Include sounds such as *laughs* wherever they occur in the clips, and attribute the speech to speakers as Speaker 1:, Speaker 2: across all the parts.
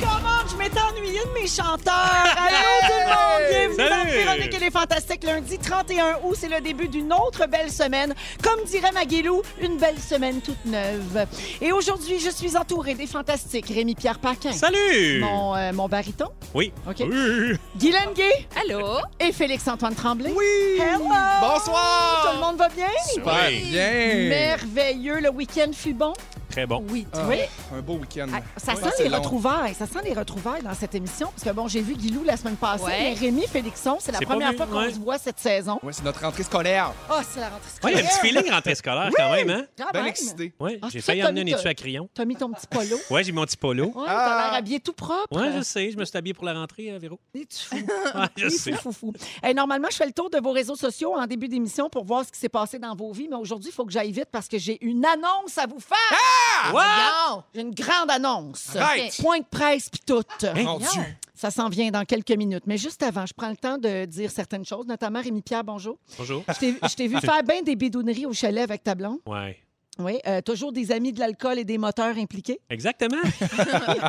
Speaker 1: Comment je m'étais ennuyée de mes chanteurs. Allô tout le monde, bienvenue dans
Speaker 2: Salut.
Speaker 1: Véronique et les Fantastiques. Lundi 31 août, c'est le début d'une autre belle semaine. Comme dirait Maguilou, une belle semaine toute neuve. Et aujourd'hui, je suis entourée des Fantastiques. Rémi-Pierre Paquin,
Speaker 2: Salut!
Speaker 1: mon, euh, mon baryton.
Speaker 2: Oui.
Speaker 1: OK.
Speaker 2: Oui.
Speaker 1: Guylaine Gay
Speaker 3: Allô?
Speaker 1: et Félix-Antoine Tremblay.
Speaker 4: Oui!
Speaker 1: Hello!
Speaker 4: Bonsoir!
Speaker 1: Tout le monde va bien?
Speaker 4: Super
Speaker 2: Oui.
Speaker 4: bien!
Speaker 1: Merveilleux, le week-end fut bon.
Speaker 2: Très bon.
Speaker 3: Oui.
Speaker 4: Ah,
Speaker 1: Oui.
Speaker 4: Un beau week-end.
Speaker 1: Ah, ça
Speaker 4: Ouais,
Speaker 1: sent
Speaker 4: c'est
Speaker 1: les
Speaker 4: long.
Speaker 1: retrouvailles, ça sent les retrouvailles dans cette émission. Parce que bon, j'ai vu Guilou la semaine passée, mais
Speaker 3: Ouais.
Speaker 1: Rémi Félixon, c'est la
Speaker 2: C'est pas
Speaker 1: première
Speaker 2: vu,
Speaker 1: fois qu'on
Speaker 2: ouais.
Speaker 1: se voit cette saison.
Speaker 4: Ouais, c'est notre rentrée scolaire.
Speaker 1: Ah, c'est la rentrée
Speaker 2: Oui, il
Speaker 1: scolaire.
Speaker 2: y a un petit feeling rentrée scolaire quand même, hein?
Speaker 1: Quand
Speaker 4: Bien
Speaker 1: même.
Speaker 4: excité.
Speaker 2: Oui,
Speaker 1: Ah,
Speaker 2: j'ai
Speaker 1: c'est
Speaker 2: failli
Speaker 1: ça,
Speaker 2: emmener un
Speaker 1: Tommy,
Speaker 2: étui
Speaker 1: t'as-
Speaker 2: à crayon.
Speaker 1: T'as mis ton petit polo.
Speaker 2: Oui, j'ai mon petit polo.
Speaker 1: Ouais, t'as l'air
Speaker 4: Ah.
Speaker 1: habillé tout propre.
Speaker 2: Oui, je sais, je me suis habillé pour la rentrée, euh, Véro.
Speaker 1: Et tu fous.
Speaker 2: Ouais, je
Speaker 1: Et
Speaker 2: sais.
Speaker 1: fou, fou, fou. Eh, normalement, je fais le tour de vos réseaux sociaux en début d'émission pour voir ce qui s'est passé dans vos vies, mais aujourd'hui, il faut que j'aille vite parce que j'ai une annonce à vous faire.
Speaker 2: What?
Speaker 1: Wow! J'ai une grande annonce.
Speaker 4: Right.
Speaker 1: Point de presse puis tout.
Speaker 4: Mon Dieu.
Speaker 1: Ça s'en vient dans quelques minutes. Mais juste avant, je prends le temps de dire certaines choses, notamment Rémi-Pierre, bonjour.
Speaker 2: Bonjour.
Speaker 1: Je t'ai- je t'ai
Speaker 2: *laughs*
Speaker 1: vu faire bien des bidonneries au chalet avec ta blonde.
Speaker 2: Oui,
Speaker 1: Oui, euh, toujours des amis de l'alcool et des moteurs impliqués. *laughs*
Speaker 2: exactement.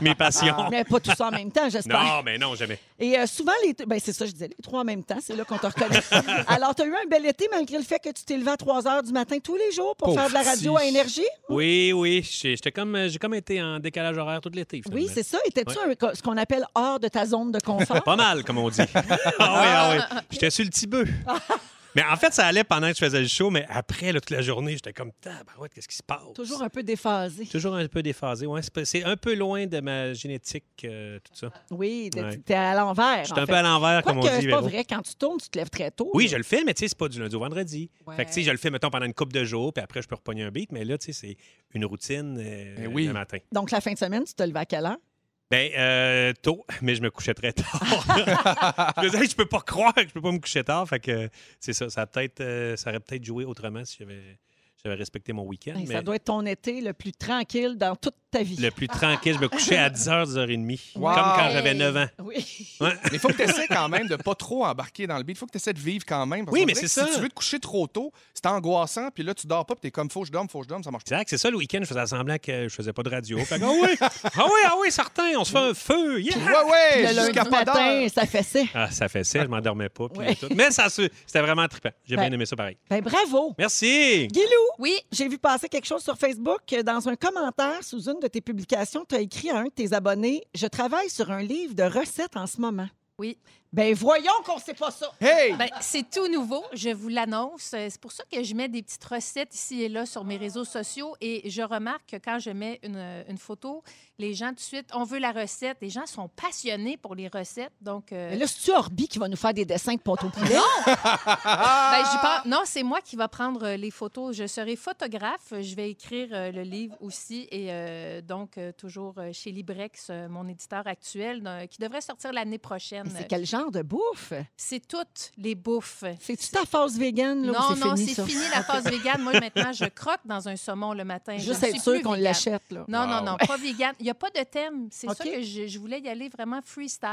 Speaker 2: Mes passions.
Speaker 1: Mais pas tout ça en même temps, j'espère.
Speaker 2: Ah. Non, mais non, jamais.
Speaker 1: Et euh, souvent, les t- ben, c'est ça, je disais, les trois en même temps, c'est là qu'on
Speaker 2: *laughs*
Speaker 1: te reconnaît. Alors, tu as eu un bel été malgré le fait que tu t'es levé à 3 heures du matin tous les jours pour
Speaker 2: Pauvre
Speaker 1: faire de la radio à
Speaker 2: petit.
Speaker 1: énergie.
Speaker 2: Oui, oui, j'ai- j'étais comme, euh, j'ai comme été en décalage horaire tout l'été.
Speaker 1: Oui,
Speaker 2: finalement.
Speaker 1: c'est ça. Étais-tu un- ce qu'on appelle hors de ta zone
Speaker 2: *laughs*
Speaker 1: de confort?
Speaker 2: Pas mal, comme on
Speaker 1: *laughs*
Speaker 2: dit. ah oui, ah oui. J'étais sur le petit bœuf. Mais en fait, ça allait pendant que je faisais le show, mais après, là, toute la journée, j'étais comme, tabarouette, qu'est-ce qui se passe?
Speaker 1: Toujours un peu déphasé.
Speaker 2: Toujours un peu déphasé, ouais. C'est pas- C'est un peu loin de ma génétique, euh, tout ça.
Speaker 1: Oui, t'es
Speaker 2: Ouais.
Speaker 1: t'es à l'envers.
Speaker 2: Je suis
Speaker 1: en
Speaker 2: un
Speaker 1: fait.
Speaker 2: peu à l'envers,
Speaker 1: Quoi
Speaker 2: comme on
Speaker 1: que
Speaker 2: dit.
Speaker 1: c'est pas
Speaker 2: Véro.
Speaker 1: vrai, quand tu tournes, tu te lèves très tôt.
Speaker 2: Oui, je le fais, mais tu sais, c'est pas du lundi au vendredi. Fait que, tu sais,
Speaker 3: Ouais.
Speaker 2: je le fais, mettons, pendant une couple de jours, puis après, je peux repogner un beat, mais là, tu sais, c'est une routine euh,
Speaker 4: Eh oui.
Speaker 2: le matin.
Speaker 1: Donc, la fin de semaine, tu te levais à quelle heure?
Speaker 2: Ben, euh, tôt, *laughs* mais je me couchais très
Speaker 1: *laughs*
Speaker 2: tard. je me disais, Hey, je peux pas croire que je peux pas me coucher tard. Fait que, euh, c'est ça, ça, a peut-être, euh, ça aurait peut-être joué autrement si j'avais, j'avais respecté mon week-end.
Speaker 1: Hey,
Speaker 2: mais
Speaker 1: Ben, Ça doit être ton été le plus tranquille dans toute ta vie.
Speaker 2: le plus tranquille, je me couchais à 10h, 10h30,
Speaker 4: Wow.
Speaker 2: comme quand j'avais 9 ans.
Speaker 1: Oui.
Speaker 4: Mais faut que tu essaies quand même de pas trop embarquer dans le beat. Faut que tu essaies de vivre quand même. parce
Speaker 2: Oui,
Speaker 4: qu'on
Speaker 2: mais
Speaker 4: dirait
Speaker 2: c'est
Speaker 4: que
Speaker 2: ça.
Speaker 4: Si tu veux te coucher trop tôt, c'est angoissant, puis là, tu dors pas, puis t'es comme, faut que je dorme, faut que je dorme, ça marche pas.
Speaker 2: Exact, c'est ça le week-end, je faisais semblant que je faisais pas de radio. Fait que, ah oui, ah oui, ah oui, certain, on se fait un feu,
Speaker 1: *laughs*
Speaker 2: yeah!
Speaker 4: Ouais, ouais,
Speaker 1: Le
Speaker 4: jusqu'à
Speaker 1: lundi
Speaker 4: pas
Speaker 1: matin,
Speaker 4: d'heure.
Speaker 1: ça fait ça.
Speaker 2: Ah, ça fait ça, je m'endormais pas. puis
Speaker 1: Ouais.
Speaker 2: tout. Mais ça, se- c'était vraiment trippant. J'ai
Speaker 1: Ben-
Speaker 2: bien aimé ça pareil.
Speaker 1: Ben, bravo.
Speaker 2: Merci!
Speaker 1: Guilou,
Speaker 3: Oui.
Speaker 1: j'ai vu passer quelque chose sur Facebook. euh, Dans un commentaire sous une de tes publications, tu as écrit à un de tes abonnés Je travaille sur un livre de recettes en ce moment.
Speaker 3: Oui.
Speaker 1: Ben, voyons qu'on sait pas ça.
Speaker 4: Hey!
Speaker 3: Ben, c'est tout nouveau, je vous l'annonce. Euh, C'est pour ça que je mets des petites recettes ici et là sur mes réseaux sociaux. Et je remarque que quand je mets une, euh, une photo, les gens tout de suite, on veut la recette. Les gens sont passionnés pour les recettes. Donc, euh,
Speaker 1: Mais là, c'est-tu Orbi qui va nous faire des dessins de pâte au
Speaker 3: Ah,
Speaker 1: poulet?
Speaker 3: ben, j'y pense- non, c'est moi qui va prendre euh, les photos. Je serai photographe. Je vais écrire euh, le livre aussi. Et euh, donc, euh, toujours euh, chez Librex, euh, mon éditeur actuel, euh, qui devrait sortir l'année prochaine.
Speaker 1: Mais c'est quel genre de bouffe?
Speaker 3: C'est toutes les bouffes.
Speaker 1: C'est-tu ta phase vegan, là, ou
Speaker 3: Non, non,
Speaker 1: fini,
Speaker 3: c'est
Speaker 1: ça?
Speaker 3: fini
Speaker 1: *laughs*
Speaker 3: la phase végane. Moi, maintenant, je croque dans un saumon le matin. Je
Speaker 1: Juste
Speaker 3: ne
Speaker 1: être
Speaker 3: suis
Speaker 1: sûr
Speaker 3: plus
Speaker 1: qu'on
Speaker 3: végane.
Speaker 1: l'achète, là.
Speaker 3: Non, non,
Speaker 2: Wow.
Speaker 3: non, pas végane. Il n'y a pas de thème. C'est
Speaker 1: OK.
Speaker 3: ça que je, je voulais y aller vraiment freestyle.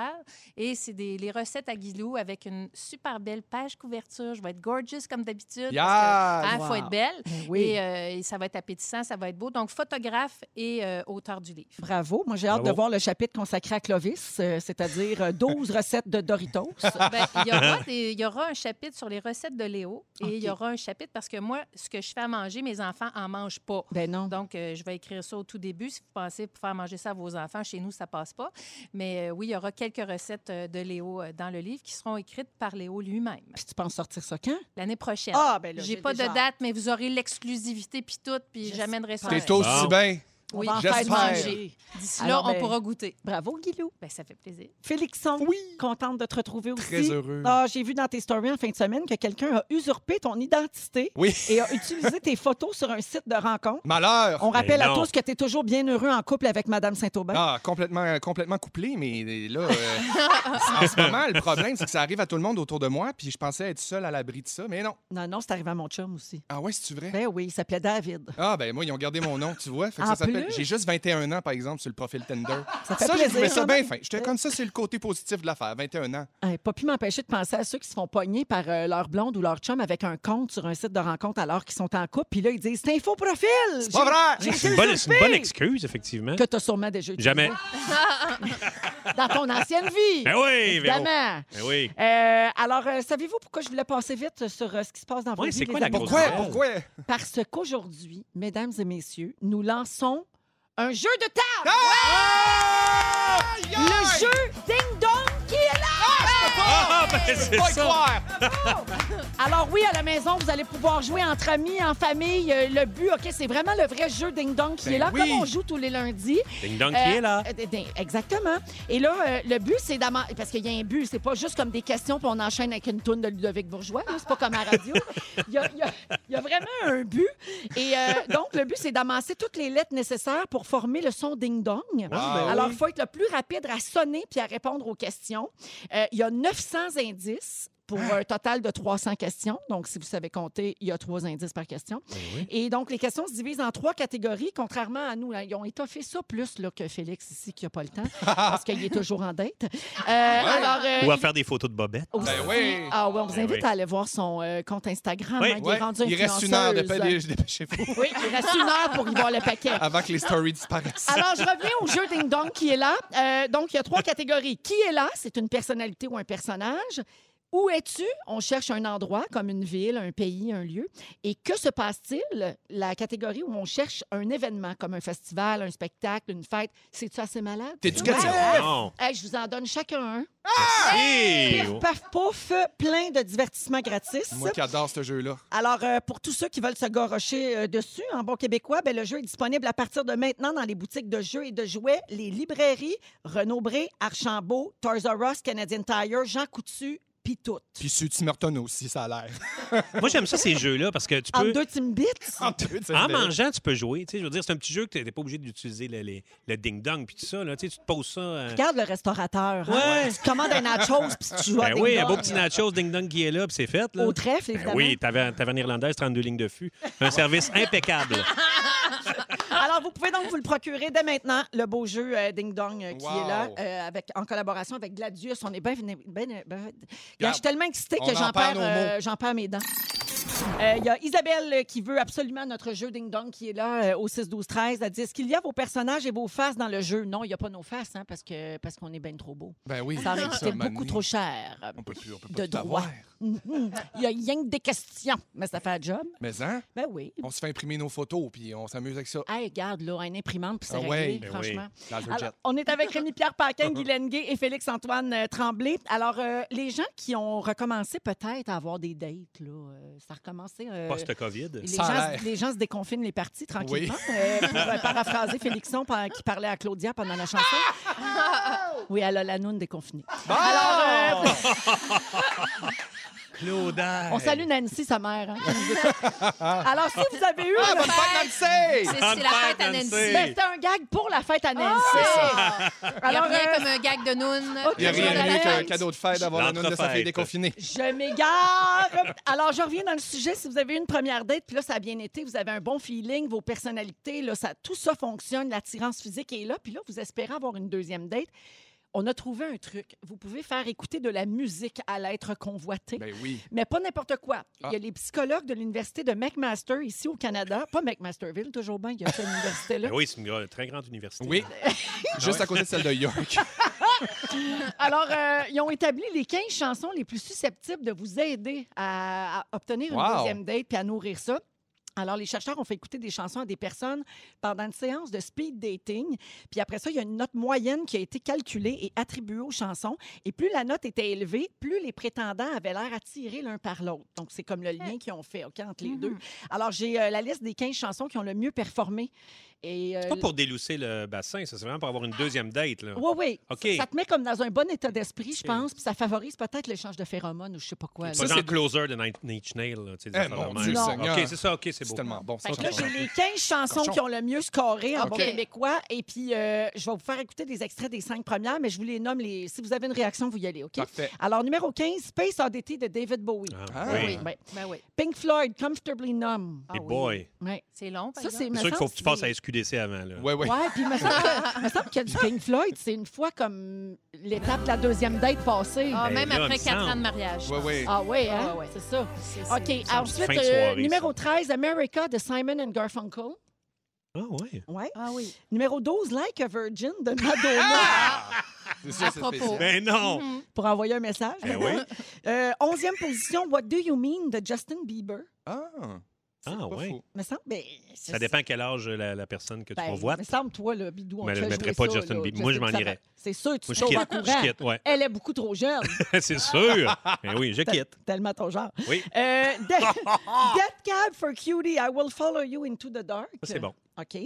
Speaker 3: Et c'est des les recettes à Guilou avec une super belle page couverture. Je vais être gorgeous comme d'habitude. parce que,
Speaker 4: Yeah!
Speaker 3: hein, faut
Speaker 1: Wow.
Speaker 3: être belle.
Speaker 1: Ben Oui.
Speaker 3: Et, euh, et ça va être appétissant, ça va être beau. Donc, photographe et euh, auteur du livre.
Speaker 1: Bravo. Moi, j'ai hâte de
Speaker 2: Bravo.
Speaker 1: voir le chapitre consacré à Clovis, euh, c'est-à-dire euh, 12 recettes de Doritos.
Speaker 3: Ben, il, y aura des- il y aura un chapitre sur les recettes de Léo et il y
Speaker 1: OK.
Speaker 3: aura un chapitre parce que moi, ce que je fais à manger, mes enfants en mangent pas.
Speaker 1: Ben non.
Speaker 3: Donc, euh, je vais écrire ça au tout début. Si vous pensez pour faire manger ça à vos enfants, chez nous, ça passe pas. Mais euh, oui, il y aura quelques recettes euh, de Léo euh, dans le livre qui seront écrites par Léo lui-même
Speaker 1: Puis tu penses sortir ça quand?
Speaker 3: l'année prochaine.
Speaker 1: Ah, ben
Speaker 3: J'ai pas de date, mais vous aurez l'exclusivité puis tout, puis
Speaker 1: J'espère. Ah,
Speaker 3: j'amènerai ça.
Speaker 4: T'es aussi
Speaker 2: Bon.
Speaker 4: bien.
Speaker 3: Oui,
Speaker 1: on va en
Speaker 4: j'espère.
Speaker 1: faire manger.
Speaker 3: D'ici
Speaker 1: Alors,
Speaker 3: là, on
Speaker 1: ben-
Speaker 3: pourra goûter.
Speaker 1: Bravo, Guilou.
Speaker 3: Ben, ça fait plaisir.
Speaker 1: Félixon,
Speaker 4: Oui.
Speaker 1: contente de te retrouver aussi.
Speaker 4: Très heureux.
Speaker 1: Ah, j'ai vu dans tes stories en fin de semaine que quelqu'un a usurpé ton identité
Speaker 4: Oui.
Speaker 1: et a utilisé tes photos sur un site de rencontre.
Speaker 4: Malheur.
Speaker 1: On rappelle
Speaker 2: Mais
Speaker 1: à
Speaker 2: non.
Speaker 1: tous que tu es toujours bien heureux en couple avec Madame Saint-Aubin.
Speaker 4: Ben Ah, complètement, complètement couplé, mais là, euh,
Speaker 1: *laughs*
Speaker 4: en ce moment, le problème, c'est que ça arrive à tout le monde autour de moi, puis je pensais être seul à l'abri de ça, mais non.
Speaker 1: Non, non, c'est arrivé à mon chum aussi.
Speaker 4: Ah ouais, c'est-tu vrai?
Speaker 1: Ben oui, il s'appelait David.
Speaker 4: Ah, ben moi, ils ont gardé mon nom, tu vois. Fait que
Speaker 1: En
Speaker 4: ça s'appelle.
Speaker 1: plus? Ah,
Speaker 4: J'ai juste 21 ans, par exemple, sur le profil Tinder.
Speaker 1: Ça fait
Speaker 4: j'ai
Speaker 1: plaisir,
Speaker 4: trouvé ça
Speaker 1: quand
Speaker 4: bien
Speaker 1: même.
Speaker 4: fin. J'étais comme ça, c'est le côté positif de l'affaire, 21 ans.
Speaker 1: Hey, Hein, pas pu m'empêcher de penser à ceux qui se font pogner par euh, leur blonde ou leur chum avec un compte sur un site de rencontre alors qu'ils sont en couple. Puis là, ils disent C'est un faux profil
Speaker 4: C'est pas vrai!
Speaker 2: C'est une, bonne- c'est une bonne excuse, effectivement.
Speaker 1: que tu as sûrement déjà utilisé
Speaker 2: Jamais.
Speaker 1: *laughs* dans ton ancienne vie.
Speaker 2: Ben oui, Véro.
Speaker 1: évidemment.
Speaker 2: Ben oui.
Speaker 1: Euh, alors, euh, savez-vous pourquoi je voulais passer vite sur euh, ce qui se passe dans vos
Speaker 2: Ouais,
Speaker 1: vies,
Speaker 2: c'est
Speaker 1: les
Speaker 2: quoi la
Speaker 1: amis?
Speaker 2: grosse
Speaker 4: Pourquoi?
Speaker 2: nouvelle?
Speaker 4: Pourquoi?
Speaker 1: Parce qu'aujourd'hui, mesdames et messieurs, nous lançons un jeu de table.
Speaker 4: Ah!
Speaker 1: Le jeu Ding Dong qui est là!
Speaker 2: Ah, ben
Speaker 4: Je peux
Speaker 2: c'est
Speaker 4: pas y
Speaker 2: ça.
Speaker 4: croire!
Speaker 1: Alors oui, à la maison, vous allez pouvoir jouer entre amis, en famille. Euh, Le but, OK, c'est vraiment le vrai jeu Ding Dong qui
Speaker 4: Ben
Speaker 1: est là,
Speaker 4: oui.
Speaker 1: comme on joue tous les lundis.
Speaker 2: Ding dong
Speaker 1: Euh,
Speaker 2: qui est là.
Speaker 1: euh, ding- ding- exactement. Et là, euh, le but, c'est d'amen- Parce qu'il y a un but, c'est pas juste comme des questions puis on enchaîne avec une toune de Ludovic Bourgeois. là. C'est pas comme à la radio. Il y a, il y a- il y a vraiment un but. Et euh, donc, le but, c'est d'amasser toutes les lettres nécessaires pour former le son ding-dong.
Speaker 2: Ah,
Speaker 4: ben oui.
Speaker 1: Alors, il faut être le plus rapide à sonner puis à répondre aux questions. Euh, il y a 900 indices pour
Speaker 4: Ah!
Speaker 1: un total de 300 questions. Donc, si vous savez compter, il y a trois indices par question.
Speaker 4: Ben
Speaker 1: Et donc, les questions se divisent en trois catégories, contrairement à nous. là. Ils ont étoffé ça plus là, que Félix ici, qui n'a pas le
Speaker 4: *laughs*
Speaker 1: temps, parce qu'il est toujours en date. Euh, Alors, euh,
Speaker 2: Ou à faire des photos de Bobette.
Speaker 1: aussi-
Speaker 4: Ah, Ben oui.
Speaker 1: Ah ouais, on vous
Speaker 2: Ben
Speaker 1: invite
Speaker 2: oui.
Speaker 1: à aller voir son euh, compte Instagram.
Speaker 2: Oui.
Speaker 1: hein, il est
Speaker 4: Ouais,
Speaker 1: rendu
Speaker 4: Il reste une heure,
Speaker 1: influenceuse.
Speaker 4: dépêchez- dépêchez-vous,
Speaker 1: Oui, il reste une heure pour y voir le paquet.
Speaker 4: *laughs* avant que les stories disparaissent.
Speaker 1: Alors, je reviens au jeu Ding Dong qui est là. Euh, donc, il y a trois catégories. Qui est là? C'est une personnalité ou un personnage. Où es-tu? On cherche un endroit, comme une ville, un pays, un lieu. Et que se passe-t-il? La catégorie où on cherche un événement, comme un festival, un spectacle, une fête. C'est-tu assez malade?
Speaker 4: T'es-tu
Speaker 1: Ouais.
Speaker 4: gâté?
Speaker 2: Non.
Speaker 1: Hey, je vous en donne chacun un.
Speaker 2: Hey! oh.
Speaker 1: Pif, paf, pouf, plein de divertissements gratis.
Speaker 4: Moi qui adore ce jeu-là.
Speaker 1: Alors, euh, pour tous ceux qui veulent se gorocher euh, dessus, en bon québécois, ben, le jeu est disponible à partir de maintenant dans les boutiques de jeux et de jouets, les librairies Renaud Bré, Archambault, Toys R Us, Canadian Tire, Jean Coutu, puis tout.
Speaker 4: Puis sur Timerton aussi, ça a l'air.
Speaker 2: Moi, j'aime ça, ces jeux-là, parce que tu
Speaker 1: En
Speaker 2: peux. Ah,
Speaker 1: deux Timbits.
Speaker 4: En deux, *laughs* tu sais,
Speaker 2: En
Speaker 4: c'est-
Speaker 2: mangeant, tu peux jouer. tu sais, Je veux dire, c'est un petit jeu que tu n'es pas obligé d'utiliser le, les- le ding-dong puis tout ça. Là. Tu sais, tu te poses ça. euh,
Speaker 1: Regarde le restaurateur. hein.
Speaker 2: Ouais.
Speaker 1: Tu commandes un nachos, puis tu joues à
Speaker 2: Ben oui, un
Speaker 1: ding-dong.
Speaker 2: beau petit nachos ding-dong qui est là, puis c'est fait. Là.
Speaker 1: Au trèfle,
Speaker 2: Ben
Speaker 1: évidemment.
Speaker 2: oui, taverne, taverne irlandaise, 32 lignes de fût. Un service impeccable.
Speaker 1: Alors, vous pouvez donc vous le procurer dès maintenant, le beau jeu euh, Ding Dong euh, qui
Speaker 4: Wow.
Speaker 1: est là, euh, avec, en collaboration avec Gladius. On est bien. Ben, ben- ben-
Speaker 4: Gab,
Speaker 1: je suis tellement excitée
Speaker 4: on
Speaker 1: que
Speaker 4: en
Speaker 1: j'en perds,
Speaker 4: perd nos
Speaker 1: euh,
Speaker 4: mots.
Speaker 1: j'en perds mes dents. Euh, Il y a Isabelle euh, qui veut absolument notre jeu Ding Dong qui est là euh, au 6 12 13 elle dit est-ce qu'il y a vos personnages et vos faces dans le jeu non il n'y a pas nos faces hein, parce que parce qu'on est bien trop beau
Speaker 4: Ben oui.
Speaker 1: ça aurait
Speaker 4: ça,
Speaker 1: coûté
Speaker 4: à un moment
Speaker 1: beaucoup
Speaker 4: donné.
Speaker 1: trop cher
Speaker 4: On peut plus, on peut
Speaker 1: de
Speaker 4: pas tout
Speaker 1: droit
Speaker 4: avoir.
Speaker 1: Mhm. il y a rien que des questions mais ça fait un job
Speaker 4: Mais hein,
Speaker 1: ben oui
Speaker 4: on se fait imprimer nos photos, puis on s'amuse avec ça.
Speaker 1: Hey, regarde, là, un imprimante, puis c'est
Speaker 4: Ah ouais,
Speaker 1: réglé,
Speaker 4: ben
Speaker 2: oui.
Speaker 1: franchement.
Speaker 4: Dans le
Speaker 1: Alors, euh,
Speaker 4: jet.
Speaker 1: on est avec Rémi-Pierre
Speaker 4: *laughs*
Speaker 1: Paquin, Guy Lenguet et Félix-Antoine euh, Tremblay. Alors, euh, les gens qui ont recommencé peut-être à avoir des dates, là, euh, ça a recommencé... euh,
Speaker 2: Post-COVID.
Speaker 1: les
Speaker 4: Ça a
Speaker 1: gens,
Speaker 4: l'air.
Speaker 1: les gens se déconfinent les parties tranquillement. euh, pour euh, paraphraser Félixon par- qui parlait à Claudia pendant la chanson. Oui, elle a la noune déconfinée. Alors, euh,
Speaker 2: Claudaire.
Speaker 1: on salue Nancy, sa mère. hein, qui nous écoute.
Speaker 4: *laughs*
Speaker 1: Alors, si vous avez eu...
Speaker 4: Ah,
Speaker 1: le-
Speaker 4: bonne fête, Nancy!
Speaker 3: C'est c'est la
Speaker 2: Bonne
Speaker 3: fête à
Speaker 2: fête,
Speaker 3: Nancy.
Speaker 1: Ben, C'était un gag pour la fête à Nancy.
Speaker 3: Il y a
Speaker 1: Alors,
Speaker 3: rien
Speaker 1: euh,
Speaker 3: comme un gag de noun.
Speaker 1: OK.
Speaker 4: Il n'y a rien
Speaker 1: Bonne
Speaker 4: de mieux qu'un
Speaker 1: fête.
Speaker 4: cadeau de fête d'avoir la nonne de sa fille
Speaker 2: L'entrefête.
Speaker 4: déconfinée.
Speaker 1: Je m'égare. Alors, je reviens dans le sujet. Si vous avez eu une première date, puis là, ça a bien été, vous avez un bon feeling, vos personnalités, là, ça, tout ça fonctionne, l'attirance physique est là, puis là, vous espérez avoir une deuxième date. On a trouvé un truc. Vous pouvez faire écouter de la musique à l'être convoité.
Speaker 4: Ben oui.
Speaker 1: Mais pas n'importe quoi. Il y a les psychologues de l'université de McMaster ici au Canada. Pas McMasterville, toujours bien, il y a cette université-là.
Speaker 2: Ben oui, c'est une gra- très grande université.
Speaker 4: Oui. Juste à côté de celle de York.
Speaker 1: Alors, euh, ils ont établi les 15 chansons les plus susceptibles de vous aider à, à obtenir
Speaker 4: Wow.
Speaker 1: une deuxième date puis à nourrir ça. Alors, les chercheurs ont fait écouter des chansons à des personnes pendant une séance de speed dating. Puis après ça, il y a une note moyenne qui a été calculée et attribuée aux chansons. Et plus la note était élevée, plus les prétendants avaient l'air attirés l'un par l'autre. Donc, c'est comme le lien qu'ils ont fait OK, entre les
Speaker 2: Mm-hmm.
Speaker 3: Mhm.
Speaker 1: deux. Alors, j'ai euh, la liste des 15 chansons qui ont le mieux performé. Et, euh,
Speaker 2: C'est pas pour délousser le bassin, ça, c'est vraiment pour avoir une deuxième date. Là.
Speaker 1: oui, oui.
Speaker 2: OK.
Speaker 1: Ça, ça te met comme dans un bon état d'esprit, je
Speaker 2: Ok.
Speaker 1: pense, puis ça favorise peut-être l'échange de phéromones ou je sais pas quoi.
Speaker 2: Pas
Speaker 1: là.
Speaker 4: Ça,
Speaker 2: genre
Speaker 4: c'est-
Speaker 2: Closer de Nine Inch Nails. là, tu sais, des
Speaker 4: Eh,
Speaker 2: affaires
Speaker 4: mon
Speaker 2: de
Speaker 4: Dieu
Speaker 2: même.
Speaker 4: Seigneur.
Speaker 2: OK, c'est ça, OK, c'est
Speaker 4: C'est
Speaker 2: beau.
Speaker 4: tellement bon.
Speaker 1: Fait
Speaker 4: ça,
Speaker 1: que là,
Speaker 4: ça.
Speaker 1: j'ai les 15 chansons
Speaker 4: Cochon.
Speaker 1: qui ont le mieux scoré en
Speaker 4: Ok.
Speaker 1: bon québécois. Et puis, euh, je vais vous faire écouter des extraits des cinq premières, mais je vous les nomme. Les... Si vous avez une réaction, vous y allez, OK?
Speaker 4: Parfait.
Speaker 1: Alors, numéro 15, Space Oddity de David Bowie.
Speaker 2: Ah,
Speaker 4: Ah,
Speaker 2: oui.
Speaker 3: oui. Ah,
Speaker 1: Ouais.
Speaker 3: Ben oui,
Speaker 1: Pink Floyd, Comfortably Numb.
Speaker 2: Les boys.
Speaker 1: Ouais.
Speaker 3: c'est long, par
Speaker 1: Ça,
Speaker 2: C'est
Speaker 1: c'est
Speaker 3: exemple.
Speaker 1: Ah me
Speaker 2: sûr qu'il faut
Speaker 1: semble
Speaker 2: que tu passes
Speaker 1: c'est-
Speaker 2: à SQDC avant. Là.
Speaker 4: Ouais, ouais.
Speaker 1: Ouais, puis il me semble que- me semble que du Pink Floyd, c'est une fois comme l'étape de la deuxième date passée.
Speaker 3: Ah,
Speaker 2: Ben
Speaker 3: même
Speaker 2: là, il me
Speaker 3: après quatre
Speaker 2: semble.
Speaker 3: ans de mariage. je
Speaker 4: Ouais,
Speaker 3: pense.
Speaker 4: ouais.
Speaker 1: Ah oui, hein?
Speaker 3: Ah ouais.
Speaker 1: c'est ça.
Speaker 3: C'est- c'est-
Speaker 1: OK,
Speaker 3: ça me
Speaker 1: ensuite,
Speaker 2: fin de
Speaker 1: euh,
Speaker 2: soirée,
Speaker 1: numéro 13, America de Simon and Garfunkel.
Speaker 2: Ah, ouais.
Speaker 1: Ouais.
Speaker 3: Ah oui.
Speaker 1: Numéro 12, Like a Virgin de Madonna
Speaker 4: C'est
Speaker 3: À
Speaker 4: sûr, c'est
Speaker 3: propos.
Speaker 4: spécial.
Speaker 2: Ben non!
Speaker 3: Mhm.
Speaker 1: pour envoyer un message.
Speaker 2: Ben oui.
Speaker 1: *laughs* Euh, onzième position, What Do You Mean de Justin Bieber.
Speaker 4: Ah, c'est
Speaker 2: Ah,
Speaker 4: pas
Speaker 2: ouais.
Speaker 4: faux.
Speaker 1: Me semble, ben, c'est-
Speaker 2: Ça dépend à quel âge la, la personne que tu
Speaker 1: ben,
Speaker 2: convoites.
Speaker 1: Me semble, toi, le bidou, on
Speaker 2: Mais
Speaker 1: te
Speaker 2: je
Speaker 1: fait
Speaker 2: mettrais
Speaker 1: jouer
Speaker 2: pas
Speaker 1: ça,
Speaker 2: Justin
Speaker 1: là.
Speaker 2: Bieber. Moi, je
Speaker 1: sais
Speaker 2: m'en
Speaker 1: que ça
Speaker 2: irais.
Speaker 1: va- C'est sûr, tu
Speaker 2: Moi, je
Speaker 1: tombes en
Speaker 2: quitte.
Speaker 1: courant.
Speaker 2: Je quitte, ouais.
Speaker 1: Elle est beaucoup
Speaker 2: *laughs*
Speaker 1: trop jeune.
Speaker 2: c'est sûr. Ben oui, je quitte.
Speaker 1: Tellement ton genre.
Speaker 2: Oui.
Speaker 1: Euh,
Speaker 2: *laughs*
Speaker 1: de- Death Cab for Cutie, I Will Follow You Into the Dark.
Speaker 2: Ça, c'est bon.
Speaker 1: OK.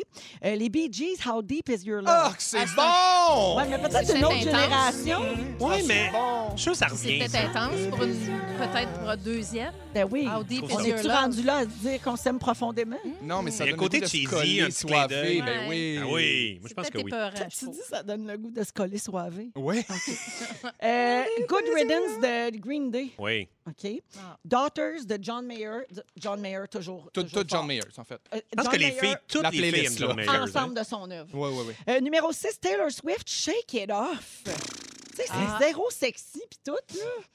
Speaker 1: Euh, les Bee Gees, How Deep Is Your
Speaker 4: Ah,
Speaker 1: Love?
Speaker 4: que c'est bon!
Speaker 1: ouais, mais peut-être
Speaker 3: c'est
Speaker 1: une autre
Speaker 3: intense.
Speaker 1: génération.
Speaker 2: Oui, mais
Speaker 4: bon.
Speaker 2: je suis sûr que ça
Speaker 3: C'est
Speaker 2: revient.
Speaker 3: peut-être
Speaker 2: ça.
Speaker 3: intense pour une, peut-être pour un deuxième.
Speaker 1: Ben oui.
Speaker 3: How deep
Speaker 1: On
Speaker 3: is
Speaker 1: est-tu
Speaker 3: your Ah, love? Mm.
Speaker 1: rendu là à se dire qu'on s'aime profondément?
Speaker 4: Non, mais ça
Speaker 2: Il y a
Speaker 4: donne
Speaker 2: un côté
Speaker 4: le goût de se
Speaker 2: cheesy,
Speaker 4: coller,
Speaker 2: un petit clin
Speaker 4: soiver,
Speaker 2: d'œil.
Speaker 4: Ben oui.
Speaker 2: Ah oui, moi, je
Speaker 3: C'est
Speaker 2: pense que
Speaker 3: peut-être
Speaker 2: oui.
Speaker 3: épeurant, je
Speaker 1: Tu
Speaker 3: trouve.
Speaker 1: dis, ça donne le goût de se coller soivé.
Speaker 4: Ouais.
Speaker 1: Euh, Good Riddance de Green Day.
Speaker 2: Oui.
Speaker 1: OK.
Speaker 3: Ah.
Speaker 1: Daughters de John Mayer. John Mayer, toujours.
Speaker 4: Tout,
Speaker 1: toujours
Speaker 4: tout John
Speaker 1: fort.
Speaker 4: Mayer, en fait.
Speaker 1: Euh,
Speaker 2: Je pense
Speaker 1: John
Speaker 2: que les
Speaker 1: Mayer,
Speaker 2: filles, toutes
Speaker 4: la
Speaker 2: les filles aiment
Speaker 4: playlist,
Speaker 2: John
Speaker 4: là.
Speaker 2: Mayer. hein.
Speaker 1: Ensemble de son œuvre.
Speaker 4: Ouais, ouais, ouais.
Speaker 1: Euh, numéro 6, Taylor Swift, Shake It Off. Tu sais, c'est
Speaker 3: Ah.
Speaker 1: zéro sexy, puis tout,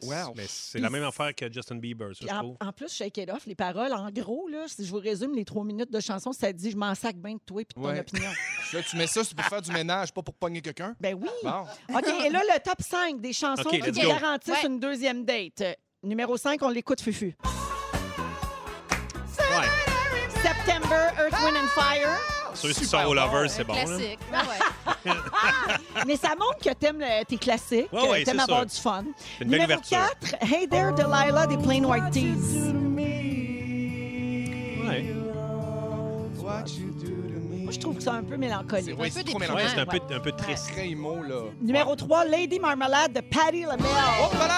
Speaker 1: là.
Speaker 4: Wow.
Speaker 2: Mais c'est la même affaire que Justin Bieber, ça,
Speaker 1: Puis
Speaker 2: je
Speaker 1: en,
Speaker 2: trouve.
Speaker 1: en plus, Shake It Off, les paroles, en gros, là, si je vous résume les trois minutes de chanson, ça dit « Je m'en sac bien de toi et de ton
Speaker 2: *laughs*
Speaker 4: Ouais.
Speaker 1: opinion
Speaker 4: Là, tu mets ça, c'est pour faire du ménage, pas pour pogner quelqu'un. ».
Speaker 1: Ben oui.
Speaker 4: Bon.
Speaker 1: *laughs* OK, et là, le top 5 des chansons
Speaker 2: Ah, OK,
Speaker 1: qui
Speaker 2: let's go.
Speaker 1: garantissent
Speaker 3: Ouais.
Speaker 1: une deuxième date. Euh, Numéro 5, on l'écoute, Fufu.
Speaker 2: Ouais.
Speaker 1: September, Earth, Wind and Fire.
Speaker 2: Ceux qui
Speaker 4: Super
Speaker 2: sont au lovers,
Speaker 4: bon.
Speaker 2: c'est bon. là.
Speaker 3: Classique. Ah ouais.
Speaker 1: Mais ça montre que t'aimes le- tes classiques,
Speaker 2: Ouais, ouais,
Speaker 1: que t'aimes
Speaker 2: c'est
Speaker 1: avoir
Speaker 2: sûr.
Speaker 1: du fun.
Speaker 2: C'est une belle
Speaker 1: Numéro
Speaker 2: ouverture.
Speaker 1: 4, Hey There Delilah des Plain White Tees.
Speaker 2: Ouais.
Speaker 4: What you do to me.
Speaker 1: Moi, je trouve que c'est un peu mélancolique.
Speaker 4: Ouais,
Speaker 3: un
Speaker 4: c'est
Speaker 3: peu
Speaker 4: trop
Speaker 3: déprimant.
Speaker 4: mélangé.
Speaker 2: Ouais, c'est un peu, un peu triste.
Speaker 4: Très émo, là.
Speaker 1: Numéro 3, Lady Marmalade de Patti LaBelle.
Speaker 4: Oh, là!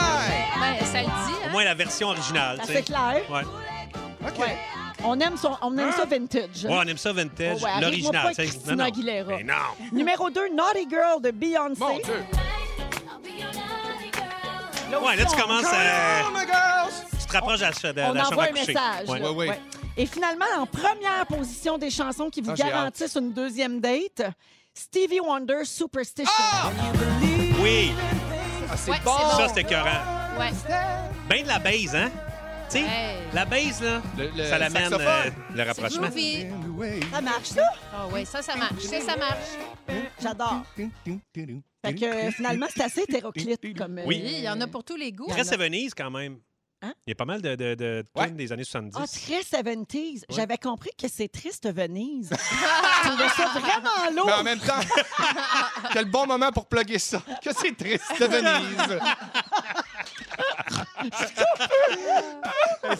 Speaker 3: Ben, ça le dit,
Speaker 2: Au
Speaker 3: hein?
Speaker 2: moins la version originale, tu
Speaker 1: Ça, c'est
Speaker 2: sais.
Speaker 1: clair.
Speaker 2: Ouais.
Speaker 4: OK.
Speaker 1: Ouais. On aime, son, on aime ça vintage.
Speaker 2: Hein? Ouais, on aime ça vintage,
Speaker 1: Oh, ouais, arrive-moi pas
Speaker 2: l'original.
Speaker 1: avec
Speaker 2: tu sais.
Speaker 1: Christina Aguilera.
Speaker 2: Mais non.
Speaker 1: Numéro 2, Naughty Girl de Beyoncé.
Speaker 4: Mon Dieu.
Speaker 2: Ouais, là, tu commences à.
Speaker 4: Come on, my girls!
Speaker 2: Tu te rapproches à la, ch- de
Speaker 1: on
Speaker 2: Euh, la chambre
Speaker 1: envoie
Speaker 2: à
Speaker 1: un
Speaker 2: coucher.
Speaker 1: message.
Speaker 2: Ouais.
Speaker 1: là.
Speaker 4: Ouais, ouais.
Speaker 1: Et finalement, en première position des chansons qui vous
Speaker 4: Ah, j'ai hâte.
Speaker 1: garantissent une deuxième date, Stevie Wonder, Superstition.
Speaker 2: Oui,
Speaker 4: Ah, c'est
Speaker 3: Ouais,
Speaker 4: bon.
Speaker 3: c'est
Speaker 2: ça, c'était écœurant.
Speaker 3: Ouais.
Speaker 2: Ben de la base, hein? Tu sais,
Speaker 3: Hey.
Speaker 2: la base, là,
Speaker 4: Le- le
Speaker 2: ça l'amène euh,
Speaker 4: euh, saxophone.
Speaker 2: le
Speaker 3: C'est
Speaker 2: rapprochement.
Speaker 3: groovy.
Speaker 1: Ça marche, ça?
Speaker 3: Ah ouais, ça, ça marche. Ça, ça marche.
Speaker 1: J'adore. Fait que euh, finalement, c'est assez hétéroclite comme. euh,
Speaker 2: Oui.
Speaker 3: Oui, il y en a pour tous les goûts.
Speaker 2: Très Venise, quand même.
Speaker 1: Hein?
Speaker 2: Il y a pas mal de, de, de
Speaker 4: Ouais.
Speaker 2: tunes des années 70. *laughs*
Speaker 1: Ah, très 70s. J'avais compris que c'est triste Venise. Je trouvais ça vraiment lourd.
Speaker 4: Mais en même temps, quel bon moment pour plugger ça. Que c'est triste, Venise.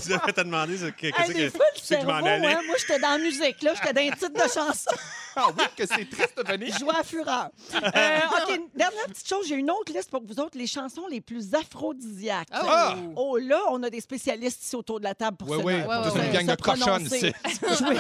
Speaker 2: tu devais te demander ce que-
Speaker 1: Hey,
Speaker 2: qu'est-ce
Speaker 1: des
Speaker 2: que
Speaker 1: fois, le
Speaker 2: c'est que je
Speaker 1: cerveau,
Speaker 2: m'en allais.
Speaker 1: hein, moi, j'étais dans la musique, là, j'étais dans les titres de chansons.
Speaker 4: Ah oui, que c'est triste, Venise.
Speaker 1: Je jouais à fureur. Euh, OK, une dernière petite chose, j'ai une autre liste pour vous autres, les chansons les plus aphrodisiaques.
Speaker 3: Oh!
Speaker 4: Ah!
Speaker 1: Oh là, on a des spécialistes ici autour de la table pour
Speaker 4: Oui,
Speaker 1: se-
Speaker 4: oui,
Speaker 1: pour
Speaker 3: toute
Speaker 1: se-
Speaker 3: une
Speaker 4: gang
Speaker 1: se
Speaker 4: de cochonnes
Speaker 1: prononcer.
Speaker 4: ici.
Speaker 1: *laughs* Jouer-